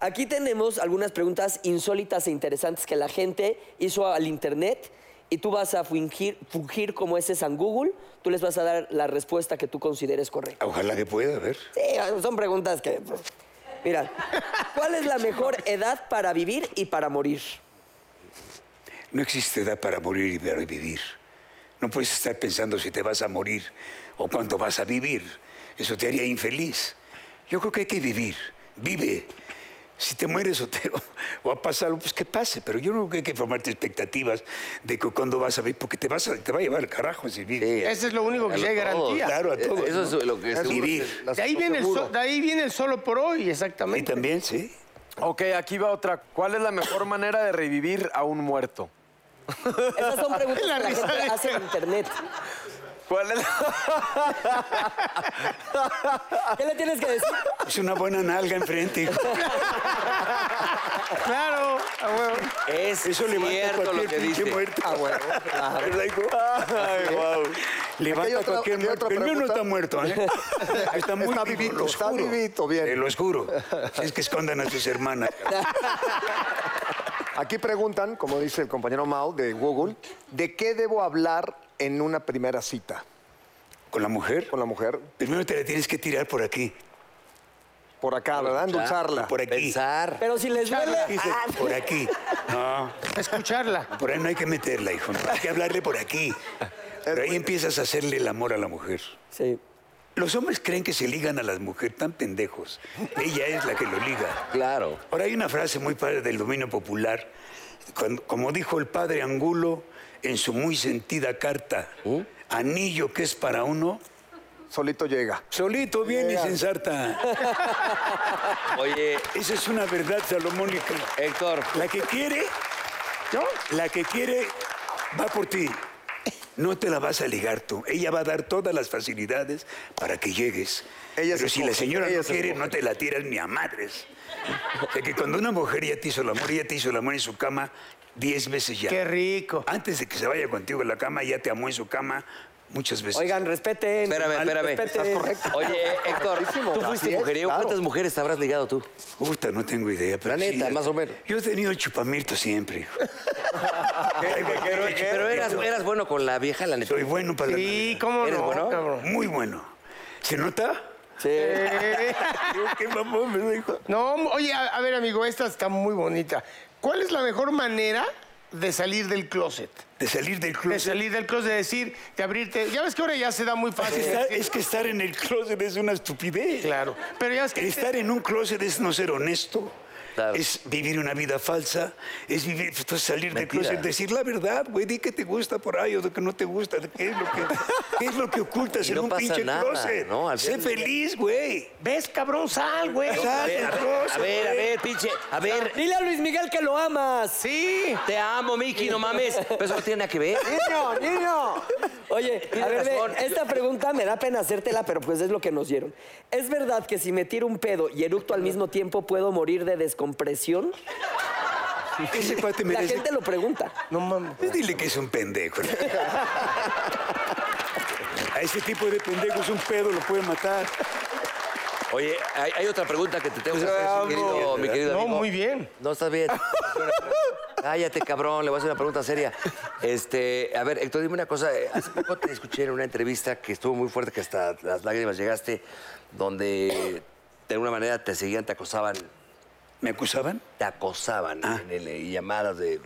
Aquí tenemos algunas preguntas insólitas e interesantes que la gente hizo al Internet y tú vas a fungir, fungir como ese San Google, tú les vas a dar la respuesta que tú consideres correcta.
Ojalá que pueda, a ver.
Sí, son preguntas que. pues, Mira, ¿cuál es la mejor edad para vivir y para morir?
No existe edad para morir y para vivir. No puedes estar pensando si te vas a morir o cuánto vas a vivir. Eso te haría infeliz. Yo creo que hay que vivir. Vive. Si te mueres o, te, o ha pasado, pues que pase. Pero yo no creo que hay que formarte expectativas de que cuándo vas a vivir, porque te, vas a- te va a llevar al carajo si vives.
Ese es lo único que sí hay garantía.
Claro, a todos.
Eh, Eso
¿no?
es lo que
Eso
seguro-
Vivir.
las-
De ahí,
lo
viene el
seguro.
so- de ahí viene el solo por hoy,
Y
exactamente.
también, sí.
Ok, aquí va otra. ¿Cuál es la mejor manera de revivir a un muerto?
Esas son preguntas
La
que la
risa
gente
de-
hace en internet.
¿Cuál es la...
¿Qué le tienes que decir?
Es una buena nalga enfrente. hijo.
Claro, a huevo.
Es
Eso levanta
cierto lo
cualquier
que
pinche
dice.
muerto. Ah, bueno. ¿Verdad, hijo?
Ay, guau.
Aquí
Levanta
hay otra-
cualquier
aquí hay
muerto.
otra
El mío no
pregunta.
está muerto, ¿eh? Está muy
Está
vivo,
vivito,
los
está
juro.
vivito, bien.
Te los juro. Si es que escondan a sus hermanas.
Aquí preguntan, como dice el compañero Mao de Google, ¿de qué debo hablar en una primera cita
¿Con la mujer?
con la mujer?
Primero te la tienes que tirar por aquí.
Por acá, ¿verdad? Endulzarla.
Por aquí.
Pensar.
Pero si les duele.
Dice,
ah,
por aquí. No,
Escucharla.
por ahí no hay que meterla, hijo. no. Hay que hablarle por aquí. Pero ahí empiezas a hacerle el amor a la mujer.
Sí.
Los hombres creen que se ligan a las mujeres tan pendejos. Ella es la que lo liga.
Claro.
Ahora hay una frase muy padre del dominio popular, cuando- como dijo el padre Angulo en su muy sentida carta, anillo que es para uno,
Solito llega.
solito viene y se ensarta.
Oye,
Esa es una verdad salomónica.
Héctor,
La que quiere, la que quiere va por ti. No te la vas a ligar tú. Ella va a dar todas las facilidades para que llegues.
Ella se
Pero si la
escoge,
señora
ella
no
se
quiere,
escoge.
no te la tiras ni a madres. De que cuando una mujer ya te hizo el amor, ella te hizo el amor en su cama diez veces ya.
Qué rico.
Antes de que se vaya contigo a la cama, ya te amó en su cama muchas veces.
Oigan, respeten.
espérame, espérame.
Respeten.
Oye, Héctor, tú
Así
fuiste
es,
mujeriego.
claro.
¿Cuántas mujeres te habrás ligado tú?
Puta, no tengo idea.
La
Pero
neta, más o menos.
Yo he tenido chupamilto siempre, hijo.
Pero, pero eras, eras bueno con la vieja, la neta.
Soy bueno para la
Sí,
Navidad.
cómo
¿Eres
no,
bueno?
cabrón.
Muy bueno. ¿Se nota? Digo, Qué mamón, ¿verdad, hijo?
No, oye, a, a ver, amigo, esta está muy bonita. ¿Cuál es la mejor manera de salir del closet?
De salir del
De
closet.
salir del closet, de decir, de abrirte. Ya ves que ahora ya se da muy fácil.
Estar- es que estar en el closet es una estupidez.
Claro. Pero ya ves que.
Estar en un closet es no ser honesto.
Claro.
Es vivir una vida falsa, es vivir, pues, salir del
Mentira.
closet, decir la verdad, güey, di que te gusta por ahí o de que no te gusta, de qué es lo que, qué es lo que ocultas
Y
en
no
un
pasa
pinche
nada,
closet.
¿no? Al
sé
fin-
feliz, güey.
¿Ves, cabrón? Sal, güey.
Sal del
A
closet,
ver, a
güey.
ver, pinche. A ver,
Dile a Luis Miguel que lo amas.
Sí.
te amo, Miki, no mames. Pero eso no tiene nada que ver.
¡Niño, niño!
Oye, a
Tienes
ver, ve,
razón.
esta pregunta me da pena hacértela, pero pues es lo que nos dieron. ¿Es verdad que si me tiro un pedo y eructo al mismo tiempo puedo morir de descompresión?
Ese cuate
La
merece.
gente lo pregunta.
No mames.
Pues dile que es un pendejo. A ese tipo de pendejos un pedo lo puede matar.
Oye, hay, hay otra pregunta que te tengo que hacer, mi querido, mi querido
No,
amigo.
muy bien.
No, estás bien. Cállate, cabrón, le voy a hacer una pregunta seria. Este, a ver, Héctor, dime una cosa. eh, Hace poco te escuché en una entrevista que estuvo muy fuerte, que hasta las lágrimas llegaste, donde de alguna manera te seguían, te acosaban,
¿Me acusaban?
te acosaban
Ah.
en el- eh, llamadas de.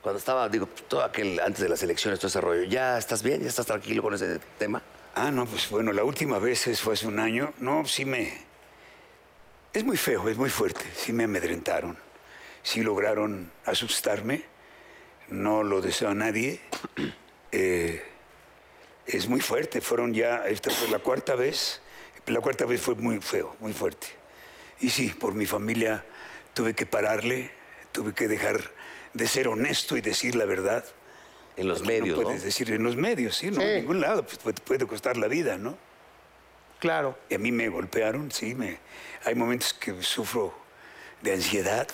Cuando estaba, digo, todo aquel, antes de las elecciones, todo ese rollo. ¿Ya estás bien? ¿Ya estás tranquilo con ese tema?
Ah, no, pues bueno, la última vez es- fue hace un año. No, sí me... Es muy feo, es muy fuerte. Sí me amedrentaron. Sí lograron asustarme. No lo deseo a nadie. Eh, es muy fuerte. Fueron ya, esta fue la cuarta vez. La cuarta vez fue muy feo, muy fuerte. Y sí, por mi familia tuve que pararle, tuve que dejar de ser honesto y decir la verdad.
En los
No
medios, ¿no?
puedes decir en los medios, sí, no,
Sí.
en ningún lado, pues, te puede costar la vida, ¿no?
Claro.
Y a mí me golpearon, sí, me... hay momentos que sufro de ansiedad,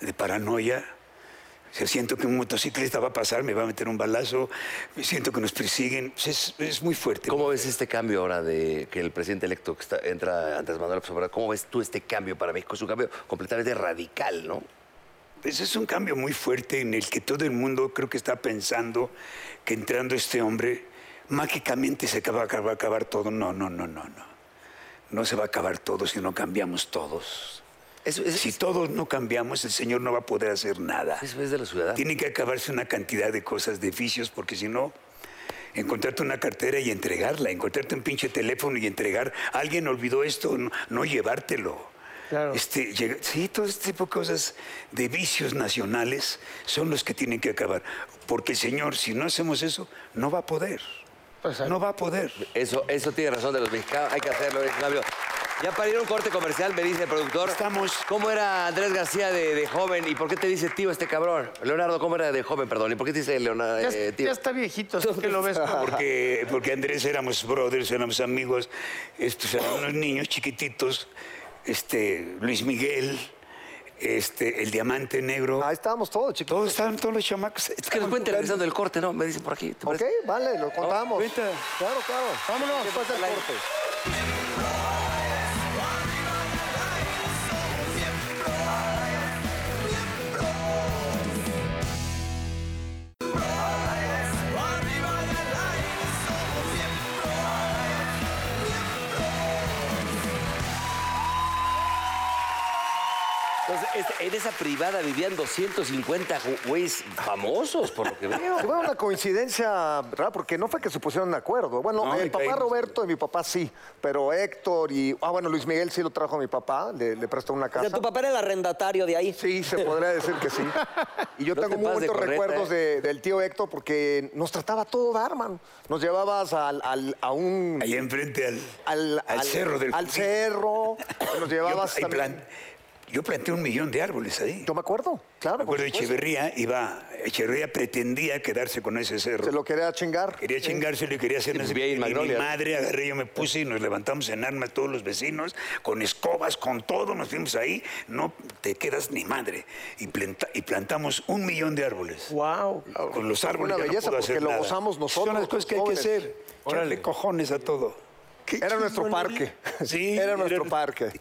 de paranoia. O sea, siento que un motociclista va a pasar, me va a meter un balazo, siento que nos persiguen. Pues Es, es muy fuerte.
¿Cómo ves este cambio ahora de que el presidente electo que está- entra Andrés Manuel López Obrador? ¿Cómo ves tú este cambio para México? Es un cambio completamente radical, ¿no?
Pues es un cambio muy fuerte en el que todo el mundo creo que está pensando que entrando este hombre, mágicamente se acaba, acaba- acabar todo. No, no, no, no, no. No se va a acabar todo si no cambiamos todos.
Eso es,
Si todos no cambiamos, el Señor no va a poder hacer nada.
eso es de la ciudad.
Tiene que acabarse una cantidad de cosas, de vicios, porque si no, encontrarte una cartera y entregarla, encontrarte un pinche teléfono y entregar, alguien olvidó esto, no, no llevártelo.
Claro.
Este, llega- sí, todo este tipo de cosas de vicios nacionales son los que tienen que acabar. Porque, señor, si no hacemos eso, no va a poder. No va a poder.
Eso, eso tiene razón de los mexicanos. Hay que hacerlo, es un cambio. Ya para ir a un corte comercial, me dice el productor.
Estamos.
¿Cómo era Andrés García de, de joven y por qué te dice tío este cabrón? Leonardo, ¿cómo era de joven, perdón? ¿Y por qué te dice Leonardo
Ya,
eh, tío?
ya está viejito, así que lo ves como-
porque, porque Andrés éramos brothers, éramos amigos, estos eran unos niños chiquititos, este, Luis Miguel, este, el Diamante Negro,
Ahí estábamos todos, chicos.
todos estaban todos los chamacos.
Es que nos pueden regresando el corte, ¿no? Me dicen por aquí. ¿te
Ok,
parece?
vale, lo contamos.
ahorita.
Claro, claro. Vámonos. Después del corte.
Entonces, este- en esa privada vivían 250 ju- güeyes famosos, por lo que veo.
Que Fue una coincidencia rara, porque no fue que se pusieron de acuerdo. Bueno,
No,
el
y
papá
caímos.
Roberto y mi papá sí, pero Héctor y... Ah, bueno, Luis Miguel sí lo trajo a mi papá, le, le prestó una
O
casa.
sea, tu papá era el arrendatario de ahí.
Sí, se podría decir que sí. Y yo
No te
tengo muy
pases de eh.
bonitos
corneta,
recuerdos de- del tío Héctor porque nos trataba a todo dar, mano. Nos llevabas al, al- a un...
Allá enfrente al, al, cerro del
Al
Cubillo.
cerro. Nos
Yo,
llevabas
ahí
también-
plan- yo planté un millón de árboles ahí.
Yo me acuerdo, claro.
Me acuerdo de
por supuesto.
Echeverría, iba, Echeverría pretendía quedarse con ese cerro.
Se lo quería chingar.
Quería chingárselo y quería hacer
Pues
Sí,
no sé
vivía ahí en
qué. Y mi
Magnolia.
madre agarré, yo me puse y nos levantamos en armas todos los vecinos, con escobas, con todo, nos fuimos ahí. No te quedas ni madre. Y, planta- y plantamos un millón de árboles.
Wow.
Con los árboles
Una
ya no
belleza,
puedo
porque
hacer
lo
nada.
gozamos nosotros,
Son las cosas que hay que
los jóvenes.
hacer. Echarle cojones a todo.
Era nuestro parque.
Sí,
era
era-
nuestro parque.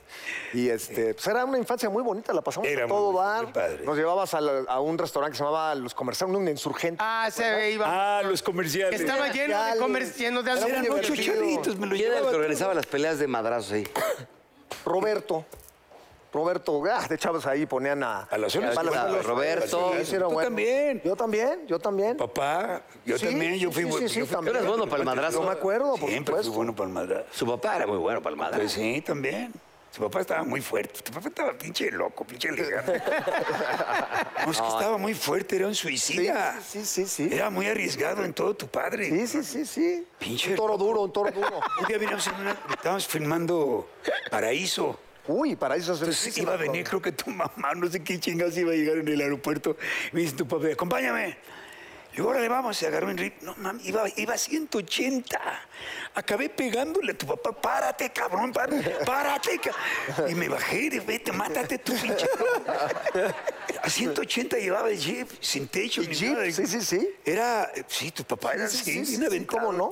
Y este, pues era una infancia muy bonita, la pasamos
Era
a
muy
todo
bonita,
dar.
muy padre.
Nos llevabas a, la- a un restaurante que se llamaba Los Comerciantes, un insurgente.
Ah, se iba.
Ah, los comerciales.
Estaba lleno de comer, lleno de
Era
Eran
muy
ocho
divertido.
chavitos, me
¿Quién era
lo
el
llevaba
que
todo.
organizaba las peleas de madrazos ahí?
Roberto. Roberto, ah, de chavos ahí ponían a.
A las olas.
a
Ah,
olas.
Roberto.
Sí, sí, era
Tú
bueno.
también.
Yo también, yo también.
Papá, yo
Sí,
también, yo
sí,
fui
sí,
bueno.
sí,
yo fui-
también.
Tú eras bueno para el madrazo.
Yo me acuerdo, por
Siempre fui
supuesto.
bueno para el madrazo.
Su papá era muy bueno para el madre.
Pues sí, también. Su papá estaba muy fuerte. Tu papá estaba pinche loco, pinche elegante. No, es que estaba muy fuerte, era un suicida.
Sí, sí, sí.
Era muy arriesgado en todo tu padre.
Sí, sí, sí, sí.
Pinche
Un toro duro, un toro duro.
Un día veníamos en una- estábamos filmando Paraíso.
Uy, para eso se
Entonces iba Pues a venir, creo que tu mamá, no sé qué chingados iba a llegar en el aeropuerto. Me dice tu papá, acompáñame. Le digo, órale, vamos. Se agarró en ritmo. No, mami, iba, iba a 180. Acabé pegándole a tu papá. Párate, cabrón, párate, párate. ca-". Y me bajé y le, vete, mátate tu pinche. loco". A 180 llevaba el jeep, sin techo.
Y
ni
jeep,
nada.
sí, sí, sí.
Era, sí, tu papá era así,
sí, sí,
bien
sí, ¿cómo
aventado.
no?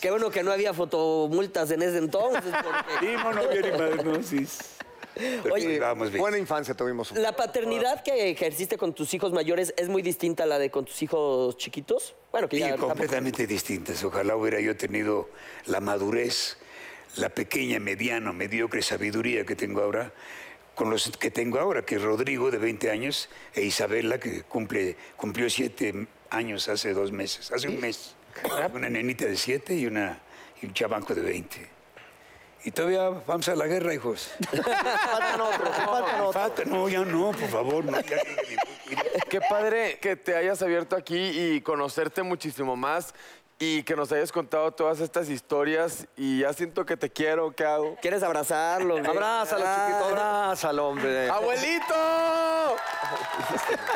Qué bueno que no había fotomultas en ese entonces. porque-
Sí, no, no había ni madre, no, sí. Pero
Oye,
ahí vamos bien.
Buena infancia tuvimos.
¿La paternidad que ejerciste con tus hijos mayores es muy distinta a la de con tus hijos chiquitos? Bueno, que
Sí,
ya...
completamente distintas. Ojalá hubiera yo tenido la madurez, la pequeña, mediano, mediocre sabiduría que tengo ahora, con los que tengo ahora, que es Rodrigo, de 20 años, e Isabela, que cumple, cumplió 7 años hace dos meses, hace un mes. Una nenita de 7 y, una, y un chabanco de 20. Y todavía vamos a la guerra, hijos.
Faltan otros, faltan otros.
Falta- no, ya no, por favor, no, ya lleguen y- y-
Qué padre que te hayas abierto aquí y conocerte muchísimo más y que nos hayas contado todas estas historias y ya siento que te quiero, ¿qué hago?
¿Quieres abrazarlo? güey?
Abrázalo, chiquito, abrázalo, hombre.
¡Abuelito!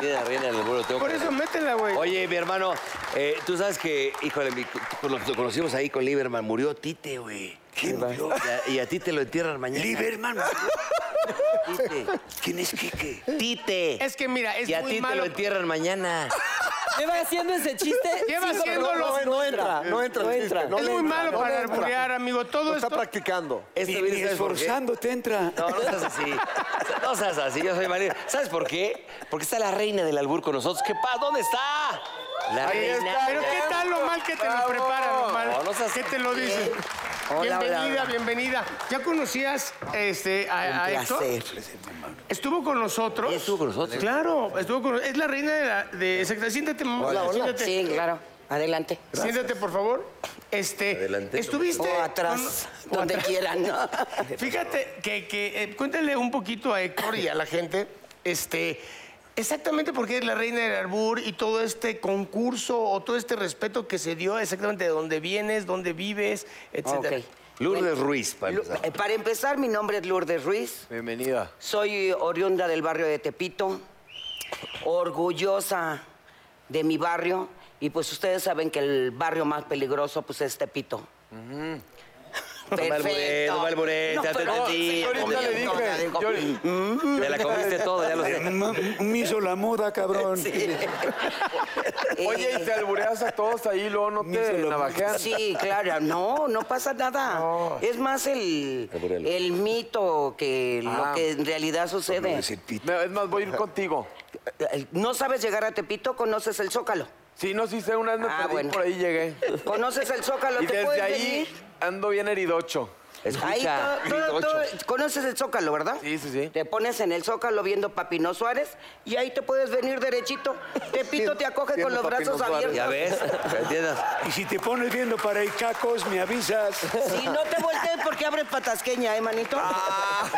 Viene, viene el vuelo, tengo
Por
que-
eso métela, güey.
Oye, mi hermano, eh, tú sabes que, híjole, mi- lo, lo conocimos ahí con Lieberman, murió Tite, güey.
¿Quién murió?
Y a, y a ti te lo entierran mañana.
Lieberman.
Tite.
¿Quién es Quique?
Tite.
Es que mira, es
y a
muy
ti
malo.
te lo entierran mañana.
Ah, Lleva haciendo ese chiste.
Lleva
cinco
haciéndolo.
programas,
No entra, no entra el chiste, no
es
le
muy
entra,
malo
no le
para
entra.
alburear, amigo. Todo
Lo
esto.
está practicando.
Esto
Ni,
viene,
ni
¿sabes por qué?
esforzándote entra.
No, no seas así. No seas así, yo soy marido. ¿Sabes por qué? Porque está la reina del albur con nosotros. ¿Qué pasa? ¿Dónde está? La
Ahí
reina.
está,
Pero qué tal lo mal que te lo
Bravo.
preparan, lo mal.
No, no seas- ¿eh?
¿Qué te lo dicen?
Hola,
bienvenida,
hola, hola.
bienvenida. ¿Ya conocías este, a, a Héctor? Estuvo con nosotros.
Sí, estuvo con nosotros.
Claro, estuvo con Es la reina de... La, de exacta- Siéntate, mamá, siéntate.
Sí, claro. Adelante.
Siéntate, por favor. Este,
Adelante. Oh,
Estuviste...
O atrás,
con- o
donde
atrás.
quieran. ¿no?
Fíjate que, que, eh, cuéntale un poquito a Héctor y a la gente, este, exactamente por qué es la reina del albur y todo este concurso o todo este respeto que se dio exactamente de dónde vienes, dónde vives, etcétera.
Ok.
Lourdes Ruiz, para
Lu-
empezar.
eh, Para empezar, mi nombre es Lourdes Ruiz.
Bienvenida.
Soy oriunda del barrio de Tepito, orgullosa de mi barrio. Y pues ustedes saben que el barrio más peligroso pues es Tepito.
Valverde,
Perfecto.
Valverde, ya te
pero-
entendí.
Sí,
Ahorita le
no, la
dije.
digo.
yo-
Te la comiste toda, ya lo sé.
Me hizo la muda, cabrón.
Eh,
Oye, y te albureas a todos ahí, luego no
Ni se
te
lo-
navajean.
Sí, claro, no, no pasa nada. Es más el,
Gabriel.
el mito que
Ah.
lo que en realidad sucede.
Me- Es más, voy a ir contigo.
¿No sabes llegar a Tepito? ¿Conoces el Zócalo?
Sí, no, sí sé, una vez me
Ah,
perdí,
bueno.
por ahí llegué.
¿Conoces el Zócalo?
Y
¿Te
desde
puedes
ahí
venir?
ando bien heridocho.
Ahí
Escucha.
to- todo- todo- conoces el Zócalo, ¿verdad?
Sí, sí, sí.
Te pones en el Zócalo viendo Papino Suárez y ahí te puedes venir derechito. Tepito te acoge con los brazos
Ya
abiertos.
ves, ¿entiendes?
Y si te pones viendo para ahí cacos, me avisas.
Si no te voltees porque abres patasqueña, ¿eh, manito?
Ah,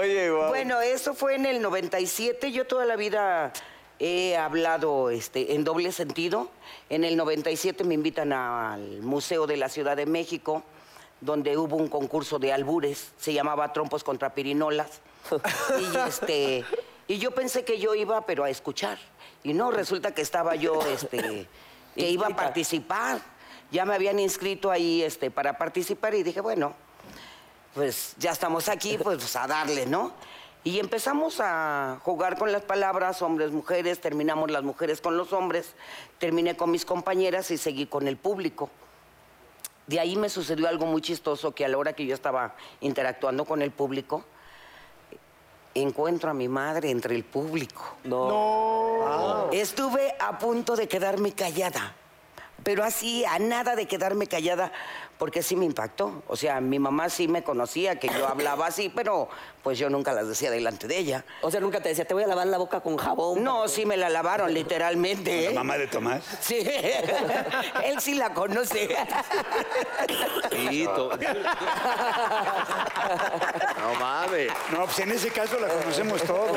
Oye, guau.
Bueno, eso fue en el 97. Yo toda la vida he hablado este, en doble sentido. En el 97 me invitan al Museo de la Ciudad de México, donde hubo un concurso de albures. Se llamaba Trompos contra Pirinolas. Y, este, y yo pensé que yo iba, pero a escuchar. Y no, resulta que estaba yo, este, que iba a participar. Ya me habían inscrito ahí este, para participar y dije, bueno, pues ya estamos aquí, pues, pues, a darle, ¿no? Y empezamos a jugar con las palabras, hombres, mujeres, terminamos las mujeres con los hombres, terminé con mis compañeras y seguí con el público. De ahí me sucedió algo muy chistoso que a la hora que yo estaba interactuando con el público, encuentro a mi madre entre el público.
No.
Estuve a punto de quedarme callada. Pero así, a nada de quedarme callada, porque sí me impactó. O sea, mi mamá sí me conocía, que yo hablaba así, pero pues yo nunca las decía delante de ella.
O sea, nunca te decía, te voy a lavar la boca con jabón.
No, sí me la lavaron, literalmente.
La
¿eh?
mamá de Tomás.
Sí, él sí la conoce.
Sí, to- No mames.
No, pues en ese caso la conocemos todos.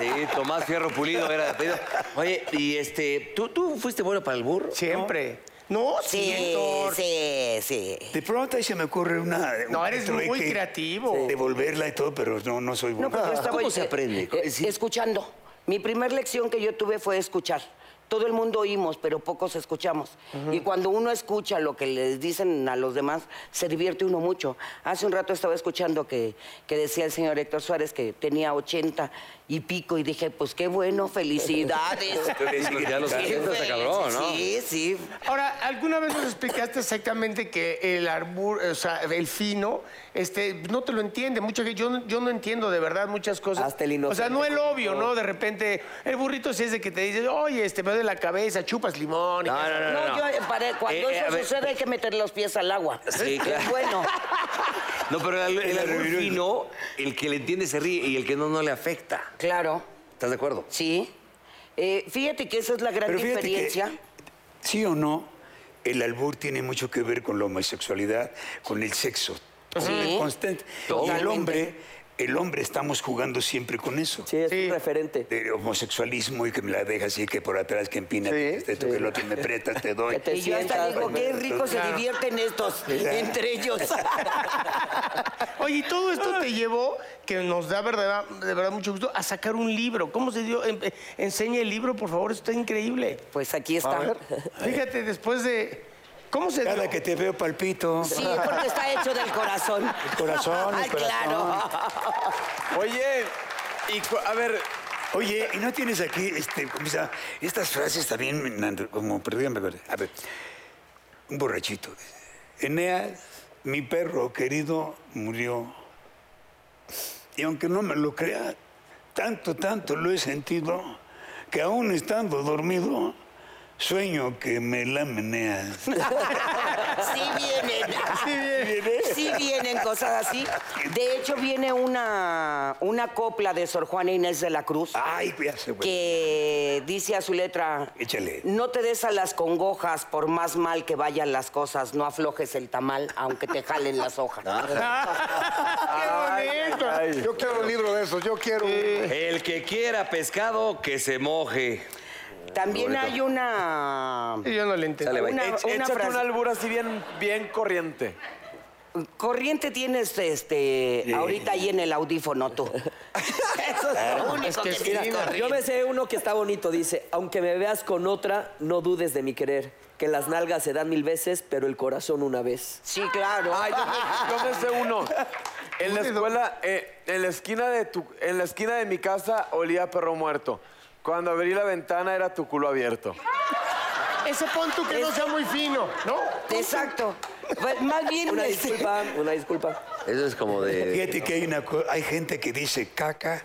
Sí, Tomás Fierro Pulido era de apellido. Oye, y este, ¿tú, tú fuiste bueno para el burro?
Siempre. No, sí,
Sí,
Héctor.
sí, sí.
De pronto ahí se me ocurre una...
No,
un
eres
trueque,
muy creativo.
Devolverla y todo, pero no, no soy bueno.
No, pues yo estaba
¿Cómo se aprende?
eh, Escuchando. Mi primer lección que yo tuve fue escuchar. Todo el mundo oímos, pero pocos escuchamos. Y cuando uno escucha lo que les dicen a los demás, se divierte uno mucho. Hace un rato estaba escuchando que, que decía el señor Héctor Suárez que tenía 80 y pico, y dije, pues qué bueno, felicidades.
Ya los
Sí,
80 está
güey,
cabrón, ¿no?
Sí, sí.
Ahora, ¿alguna vez nos explicaste exactamente que el arbur, o sea, el fino, este, no te lo entiende? Mucha gente, yo, no- yo no entiendo de verdad muchas cosas.
Hasta el
o
inocente
sea, no el
como
obvio, ¿no? De repente, el burrito sí es de que te dice, oye, este, me duele la cabeza, chupas limón. y
No, no, no.
No,
no.
yo, eh, para- cuando
Eh, eh, a
eso
ver.
sucede hay que meter los pies al agua.
Sí, claro.
Es bueno.
No, pero el, el albur fino, el que le entiende se ríe y el que no, no le afecta.
Claro.
¿Estás de acuerdo?
Sí. Eh, fíjate que esa es la gran
Pero fíjate que,
diferencia.
sí o no, el albur tiene mucho que ver con la homosexualidad, con el sexo. Con el constante. Y el
Totalmente.
hombre, el hombre estamos jugando siempre con eso.
Sí, es
Sí.
un referente.
De homosexualismo y que me la deja así, que por atrás, que empina,
Sí,
que este, tú, que el otro, me apretas, te doy.
Que te
Y yo hasta
sientas,
digo,
hombre.
qué rico se divierten estos entre ellos.
Oye, y todo esto te llevó, que nos da verdad, de verdad mucho gusto, a sacar un libro. ¿Cómo se dio? Em- eh, enseña el libro, por favor, está increíble.
Pues aquí está.
Fíjate, después de. ¿Cómo se
Cada
dio?
que te veo palpito.
Sí, porque está hecho del corazón.
El corazón, el
Ay, claro.
Oye, y cu- a ver,
Oye, ¿y no tienes aquí este, cómo se llama? estas frases también, me- nan- como, perdóname, pero- a ver, un borrachito. dice, Eneas, mi perro querido murió. Y aunque no me lo crea, tanto, tanto lo he sentido, que aún estando dormido, sueño que me la meneas.
Sí vienen. Sí vienen cosas así. De hecho, viene una, una copla de Sor Juana Inés de la Cruz
Ay, pues, ya se güey.
que dice a su letra,
Échale.
No te des a las congojas por más mal que vayan las cosas, no aflojes el tamal aunque te jalen las hojas.
Ah,
¡Qué bonito!
Yo quiero un libro de esos, yo quiero. un-
El que quiera pescado, que se moje.
También
Bonito.
hay una
Y Yo no le entendí.
Dale, bye.
Una-
échate
frase.
un albur así bien, bien corriente.
corriente tienes este ahorita ahí en el audífono tú. Eso es lo único que, tienes corriente.
Yo me sé uno que está bonito, dice, aunque me veas con otra, no dudes de mi querer, que las nalgas se dan mil veces, pero el corazón una vez.
Sí, claro.
Ay, yo me, yo me sé uno. En la escuela, eh, en, la esquina de tu, en la esquina de mi casa olía a perro muerto. Cuando abrí la ventana era tu culo abierto.
Ese pon tú que no sea muy fino, ¿no?
Exacto. Pues, Más bien
Una
este,
disculpa, una disculpa.
Eso es como de.
Fíjate que hay, una, co- hay gente que dice caca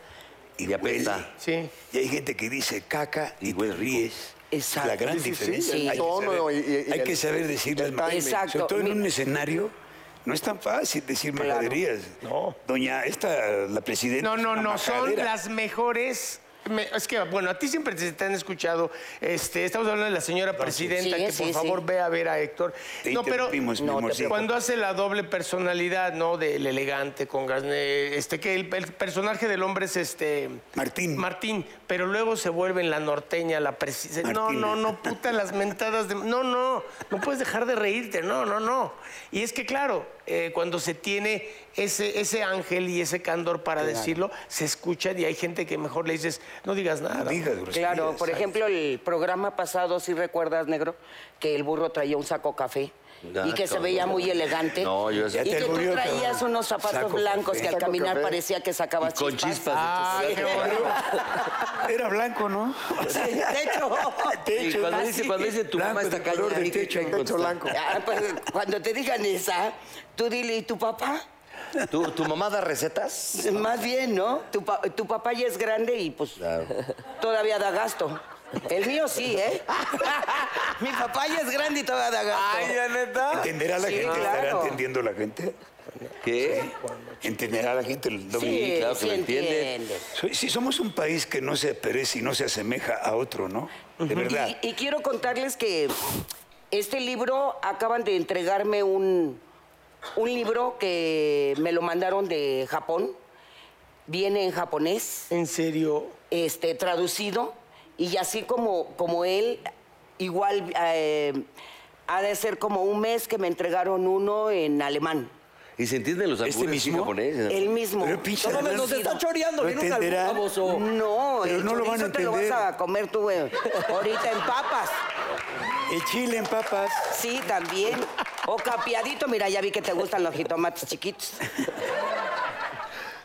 y
Y apesta.
huele.
Sí.
Y hay gente que dice caca y,
Y huele
te
rico.
ríes.
Exacto.
La gran
Sí, sí, sí,
diferencia.
el
Hay, que
tono
saber,
y- y- y
hay
el-
que saber decir las majaderías.
Exacto.
Sobre todo en
Mi-
un escenario no es tan fácil decir majaderías. No. Doña, esta, la presidenta.
No,
es
no,
una
no, son
majadera.
las mejores. me- es que, bueno, a ti siempre te, te han escuchado. Este, estamos hablando de la señora presidenta,
Sí,
que por
sí,
favor
sí.
ve a ver a Héctor.
Te
no, pero
interrumpimos, mi
no, te
amorcito.
cuando hace la doble personalidad, ¿no? Del elegante con gas- eh, este que el, el personaje del hombre es este
Martín.
Martín, pero luego se vuelve en la norteña la presidenta. No,
Martina.
no, no, puta las mentadas de No, no, no puedes dejar de reírte. No, no, no. Y es que claro, eh, cuando se tiene ese ese ángel y ese candor para decirlo, se escucha y hay gente que mejor le dices, "No digas nada."
No digas
Pues,
groserías.
Claro, por ejemplo, el programa pasado, si recuerdas, negro, que el burro traía un saco café
Ah,
y que se veía
cabrón.
muy elegante.
No, yo sé.
Y
Ya te
que tú
murió,
traías
cabrón.
unos zapatos
Saco
blancos
café.
que al
Saco
caminar
café.
parecía que sacabas
Y con chispas.
Ah, qué bonito.
Era blanco, ¿no?
Sí, de hecho.
Y cuando dice, cuando dice tu
Blanco
mamá
de
está
color
caña,
de
di que
techo,
chequen
techo
con-
blanco.
Ah, pues, cuando te digan esa, tú dile, ¿y tu papá?
¿Tu, tu mamá da recetas?
Más bien, ¿no? Tu, pa- tu papá ya es grande y pues todavía da gasto. El mío sí, ¿eh? Ah, Mi papá ya es grande y todavía da gato.
Ay, ya neta.
¿Entenderá la
Ah, Sí,
gente?
claro.
¿Estará entendiendo la gente?
¿Qué?
¿Entenderá la gente el doble?
Sí,
claro que
sí
lo entiende.
entiende.
So- Si somos un país que no se perece y no se asemeja a otro, ¿no? De verdad.
Y, y quiero contarles que este libro acaban de entregarme un, un libro que me lo mandaron de Japón. Viene en japonés.
¿En serio?
este, traducido y así como, como él, igual eh, ha de ser como un mes que me entregaron uno en alemán,
¿Y se entienden los albures en
mismo?
japonés?
el mismo.
Pero Eh, pinche
No, mames,
Adán,
nos está choreando,
¿lo
viene un
entenderá?
albur baboso.
No,
Pero
el
no lo van a
chorizo te lo vas
entender.
a comer tú eh, ahorita en papas.
El chile en papas.
Sí, también. O capiadito, mira, ya vi que te gustan los jitomates chiquitos.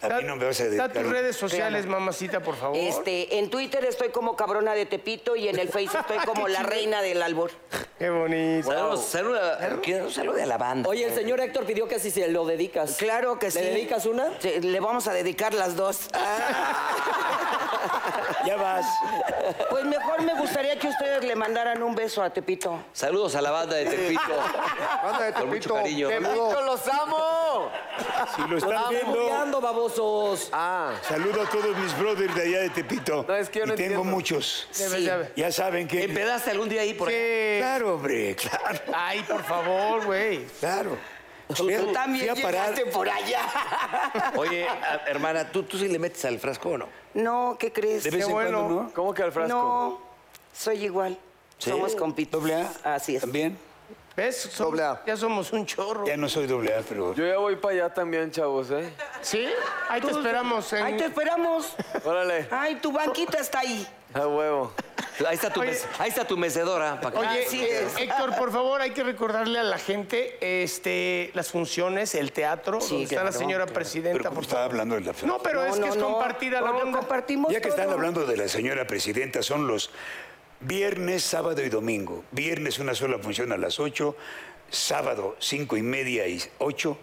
A
Da-
mí no me vas a
Da
dedicar
tus
un-
redes sociales, mamacita, por favor.
Este, en Twitter estoy como cabrona de Tepito y en el Face estoy como la reina del albor.
Qué bonito.
Saludos, saluda, quiero un saludo a la banda.
Oye, el señor Héctor pidió que si se lo dedicas.
Claro que sí.
¿Le dedicas una? Ah.
Sí, Le vamos a dedicar las dos.
Ya vas.
Pues mejor me gustaría que ustedes le mandaran un beso a Tepito.
Saludos a la banda de Tepito.
Banda de
Con mucho
Tepito.
cariño.
Saludos.
los amo!
Si lo están
Estamos
viendo.
muriendo, babosos.
Ah,
Saludo a todos mis brothers de allá de Tepito.
No, es que yo no
y tengo
entiendo.
muchos.
Debe,
sí.
debe.
Ya saben que.
Em,
¿Empedaste algún día ahí por ahí?
Eh,
Claro, hombre, claro,
Ay, por favor, güey.
claro.
Tú
Fui a- fui
también
a parar.
llegaste pues, por allá.
Oye, a- hermana, ¿tú, ¿tú sí le metes al frasco o no?
No, ¿qué crees?
De vez
Qué
en
bueno.
cuando, ¿no?
¿cómo que al frasco?
No, soy igual.
Sí.
Somos compitos.
Doble A.
Así es.
También.
¿Ves? Som-
Doble A.
Ya somos un chorro.
Ya no soy doble A, pero.
Yo ya voy para allá también, chavos, ¿eh?
¿Sí? Ahí te esperamos. en-
Ahí te esperamos.
Órale,
Ay, tu banquita está ahí.
a huevo.
Ahí está tu,
Oye.
mes- ahí está tu mecedora. para que-
Oye,
Así
eh,
Ah, es.
Héctor, por favor, hay que recordarle a la gente este, las funciones, el teatro,
Sí,
donde está la
claro,
señora
claro.
presidenta.
Pero como
por
estaba
favor.
hablando de la frase.
No, pero
No,
es
no,
que es
no.
compartir a la
No,
banda.
compartimos
Ya que están
todo.
hablando de la señora presidenta, son los viernes, sábado y domingo. Viernes una sola función a las 8, sábado 5 y media y 8,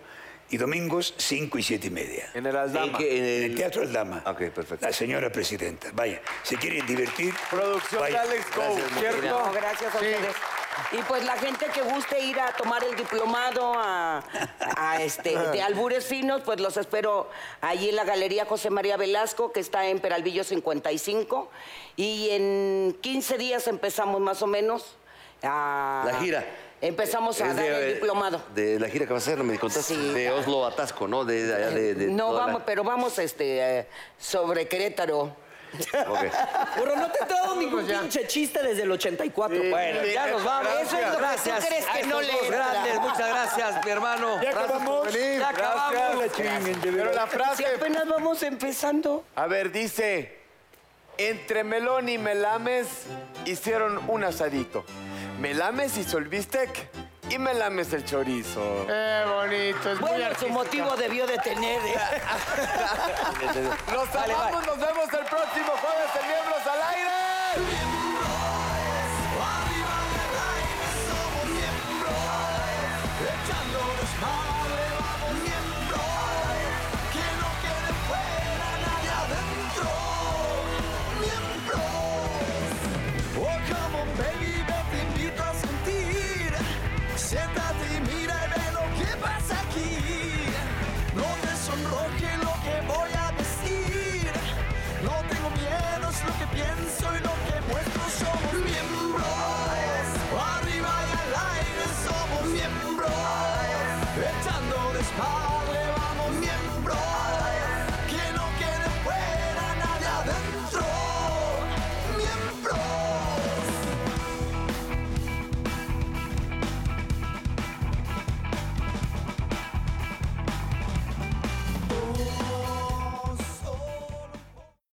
y domingos 5 y 7 y media.
En el Aldama.
que- en
En
el-
el Teatro Aldama.
Ok, perfecto.
La señora presidenta. Vaya, se quieren divertir.
Producción de
Vaya.
Alex
Gracias,
Coe,
mi
¿cierto?
No, gracias a ustedes. Y pues la gente que guste ir a tomar el diplomado a, a, este, de albures finos, pues los espero allí en la Galería José María Velasco, que está en Peralvillo 55. Y en 15 días empezamos más o menos a...
La gira.
Empezamos a
Es
dar
de,
el
eh,
diplomado.
De la gira que vas a hacer, me contaste.
Sí.
De Oslo a Tasco, Eh, ¿no? De, de allá de- de
no
toda la-
vamos, pero vamos este, eh, sobre Querétaro.
Ok.
Pero no te he dado ningún pinche chiste desde el 84.
Bueno, ya nos vamos.
Eso es lo que tú
gracias.
crees
a
que no
estos
le
dos
entra.
grandes, muchas gracias, mi hermano.
Ya acabamos.
venir.
Ya acabamos.
Gracias. Pero la
Si
frase,
apenas vamos empezando.
a ver, dice, entre Melón y Melames hicieron un asadito. Melames hizo el bistec y Melames el chorizo.
Qué bonito, es muy
Bueno, su
artístico.
motivo debió de tener... eh.
Los amamos, nos vemos el próximo jueves en Miembros al Aire.